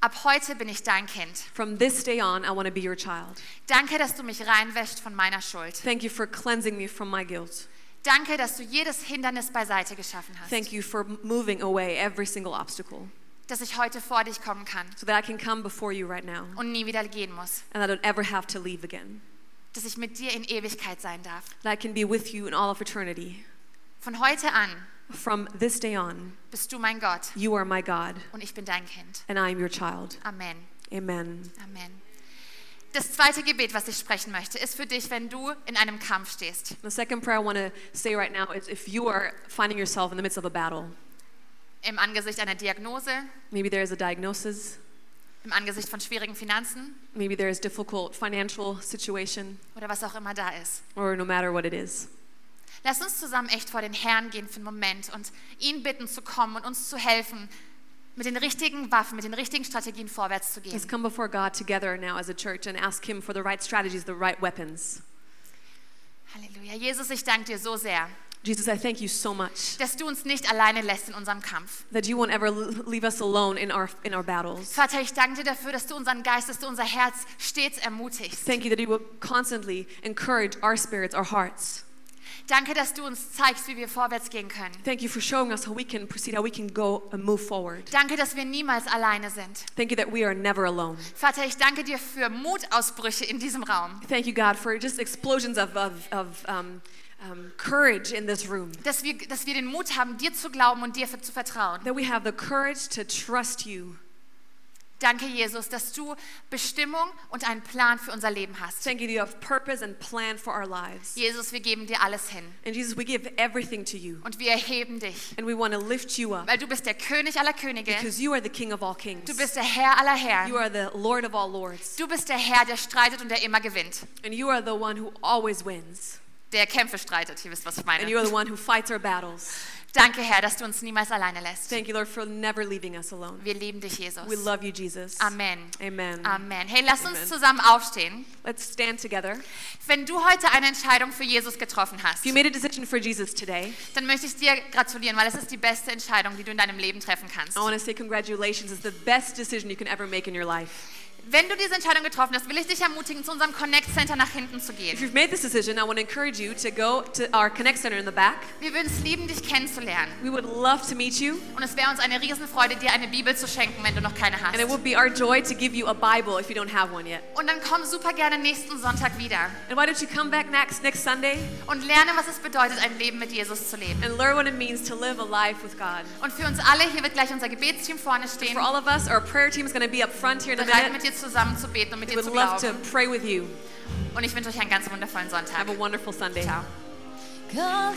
S1: ab heute bin ich dein Kind.
S2: from this day on, I want to be your child.
S1: Danke, dass du mich reinwäscht von meiner Schuld.
S2: Thank you for cleansing me from my guilt.
S1: Danke, dass du jedes Hindernis beiseite geschaffen hast.
S2: Thank you for moving away every single obstacle
S1: dass ich heute vor dich kommen kann
S2: so that I can come before you right now
S1: und nie wieder gehen muss.
S2: and I don't ever have to leave again.
S1: dass ich mit dir in Ewigkeit sein darf.
S2: that I can be with you in all of eternity.
S1: Von heute an
S2: From this day on,
S1: bist du mein Gott
S2: you are my God,
S1: und ich bin dein Kind.
S2: and I am your child.
S1: Amen.
S2: Amen.
S1: Amen. Das zweite Gebet, was ich sprechen möchte, ist für dich, wenn du in einem Kampf stehst.
S2: The second prayer I want to say right now is if you are finding yourself in the midst of a battle,
S1: Im Angesicht einer Diagnose,
S2: maybe there is a diagnosis,
S1: im Angesicht von schwierigen Finanzen
S2: maybe there is difficult financial situation,
S1: oder was auch immer da ist.
S2: or no matter what it is.
S1: Lass uns zusammen echt vor den Herrn gehen für einen Moment und ihn bitten zu kommen und uns zu helfen, mit den richtigen Waffen, mit den richtigen Strategien vorwärts zu gehen.
S2: Let's come before God together now as a church and ask Him for the right strategies, the right weapons.
S1: Halleluja. Jesus, ich danke dir so sehr,
S2: Jesus, I thank you so much
S1: dass du uns nicht alleine lässt in unserem Kampf.
S2: that you won't ever l- leave us alone in our, in our battles.
S1: Vater, ich danke dir dafür, dass du unseren Geist, dass du unser Herz stets ermutigst.
S2: Thank you that you will constantly encourage our spirits, our hearts.
S1: Danke, dass du uns zeigst, wie wir vorwärts gehen können.
S2: Thank you for showing us how we can proceed, how we can go and move forward.
S1: Danke, dass wir niemals alleine sind.
S2: Thank you that we are never alone.
S1: Vater, ich danke dir für Mutausbrüche in diesem Raum.
S2: Thank you, God, for just explosions of, of, of um, um, courage in this room.
S1: Dass wir, dass wir den Mut haben, dir zu glauben und dir für, zu vertrauen.
S2: That we have the courage to trust you.
S1: Danke, Jesus, dass du Bestimmung und einen Plan für unser Leben hast.
S2: Thank you that you have purpose and plan for our lives.
S1: Jesus, wir geben dir alles hin
S2: And Jesus, we give everything to you.
S1: und wir erheben dich,
S2: And we want to lift you up
S1: weil du bist der König aller Könige.
S2: because you are the King of all kings.
S1: Du bist der Herr aller Herren.
S2: You are the Lord of all lords.
S1: Du bist der Herr, der streitet und der immer gewinnt.
S2: And you are the one who always wins.
S1: Der Kämpfe streitet, ihr wisst, was ich
S2: And you are
S1: meine.
S2: the one who fights our battles.
S1: Danke, Herr, dass du uns niemals alleine lässt.
S2: Thank you, Lord, for never leaving us alone.
S1: Wir lieben dich,
S2: We
S1: Jesus.
S2: love you, Jesus.
S1: Amen.
S2: Amen.
S1: Amen. Hey, lass uns
S2: Amen.
S1: zusammen aufstehen.
S2: Let's stand together.
S1: Wenn du heute eine Entscheidung für Jesus getroffen hast,
S2: If you made a decision for Jesus today,
S1: dann möchte ich dir gratulieren, weil es ist die beste Entscheidung, die du in deinem Leben treffen kannst.
S2: I want to say congratulations. It's the best decision you can ever make in your life.
S1: Wenn du diese Entscheidung getroffen hast, will ich dich ermutigen, zu unserem Connect Center nach hinten zu
S2: If
S1: gehen.
S2: you've made this decision, I want to encourage you to go to our Connect Center in the back.
S1: Wir würden es lieben, dich kennenzulernen.
S2: We would love to meet you,
S1: Und es wäre uns eine Riesenfreude, dir eine Bibel zu schenken, wenn du noch keine hast.
S2: and it would be our joy to give you a Bible if you don't have one yet.
S1: Und dann komm super gerne nächsten Sonntag wieder
S2: And why don't you come back next next Sunday
S1: und lerne, was es bedeutet, ein Leben mit Jesus zu leben.
S2: and learn what it means to live a life with God?
S1: Und für uns alle, hier wird gleich unser Gebetsteam vorne stehen,
S2: For all of us, our prayer team is going to be up front here in a
S1: bereit mit
S2: minute.
S1: dir zusammen zu beten und mit
S2: We
S1: dir
S2: would
S1: zu
S2: love to
S1: glauben.
S2: pray with you.
S1: Und ich wünsche euch einen ganz wundervollen Sonntag.
S2: Have a wonderful Sunday.
S1: Ciao.
S6: Come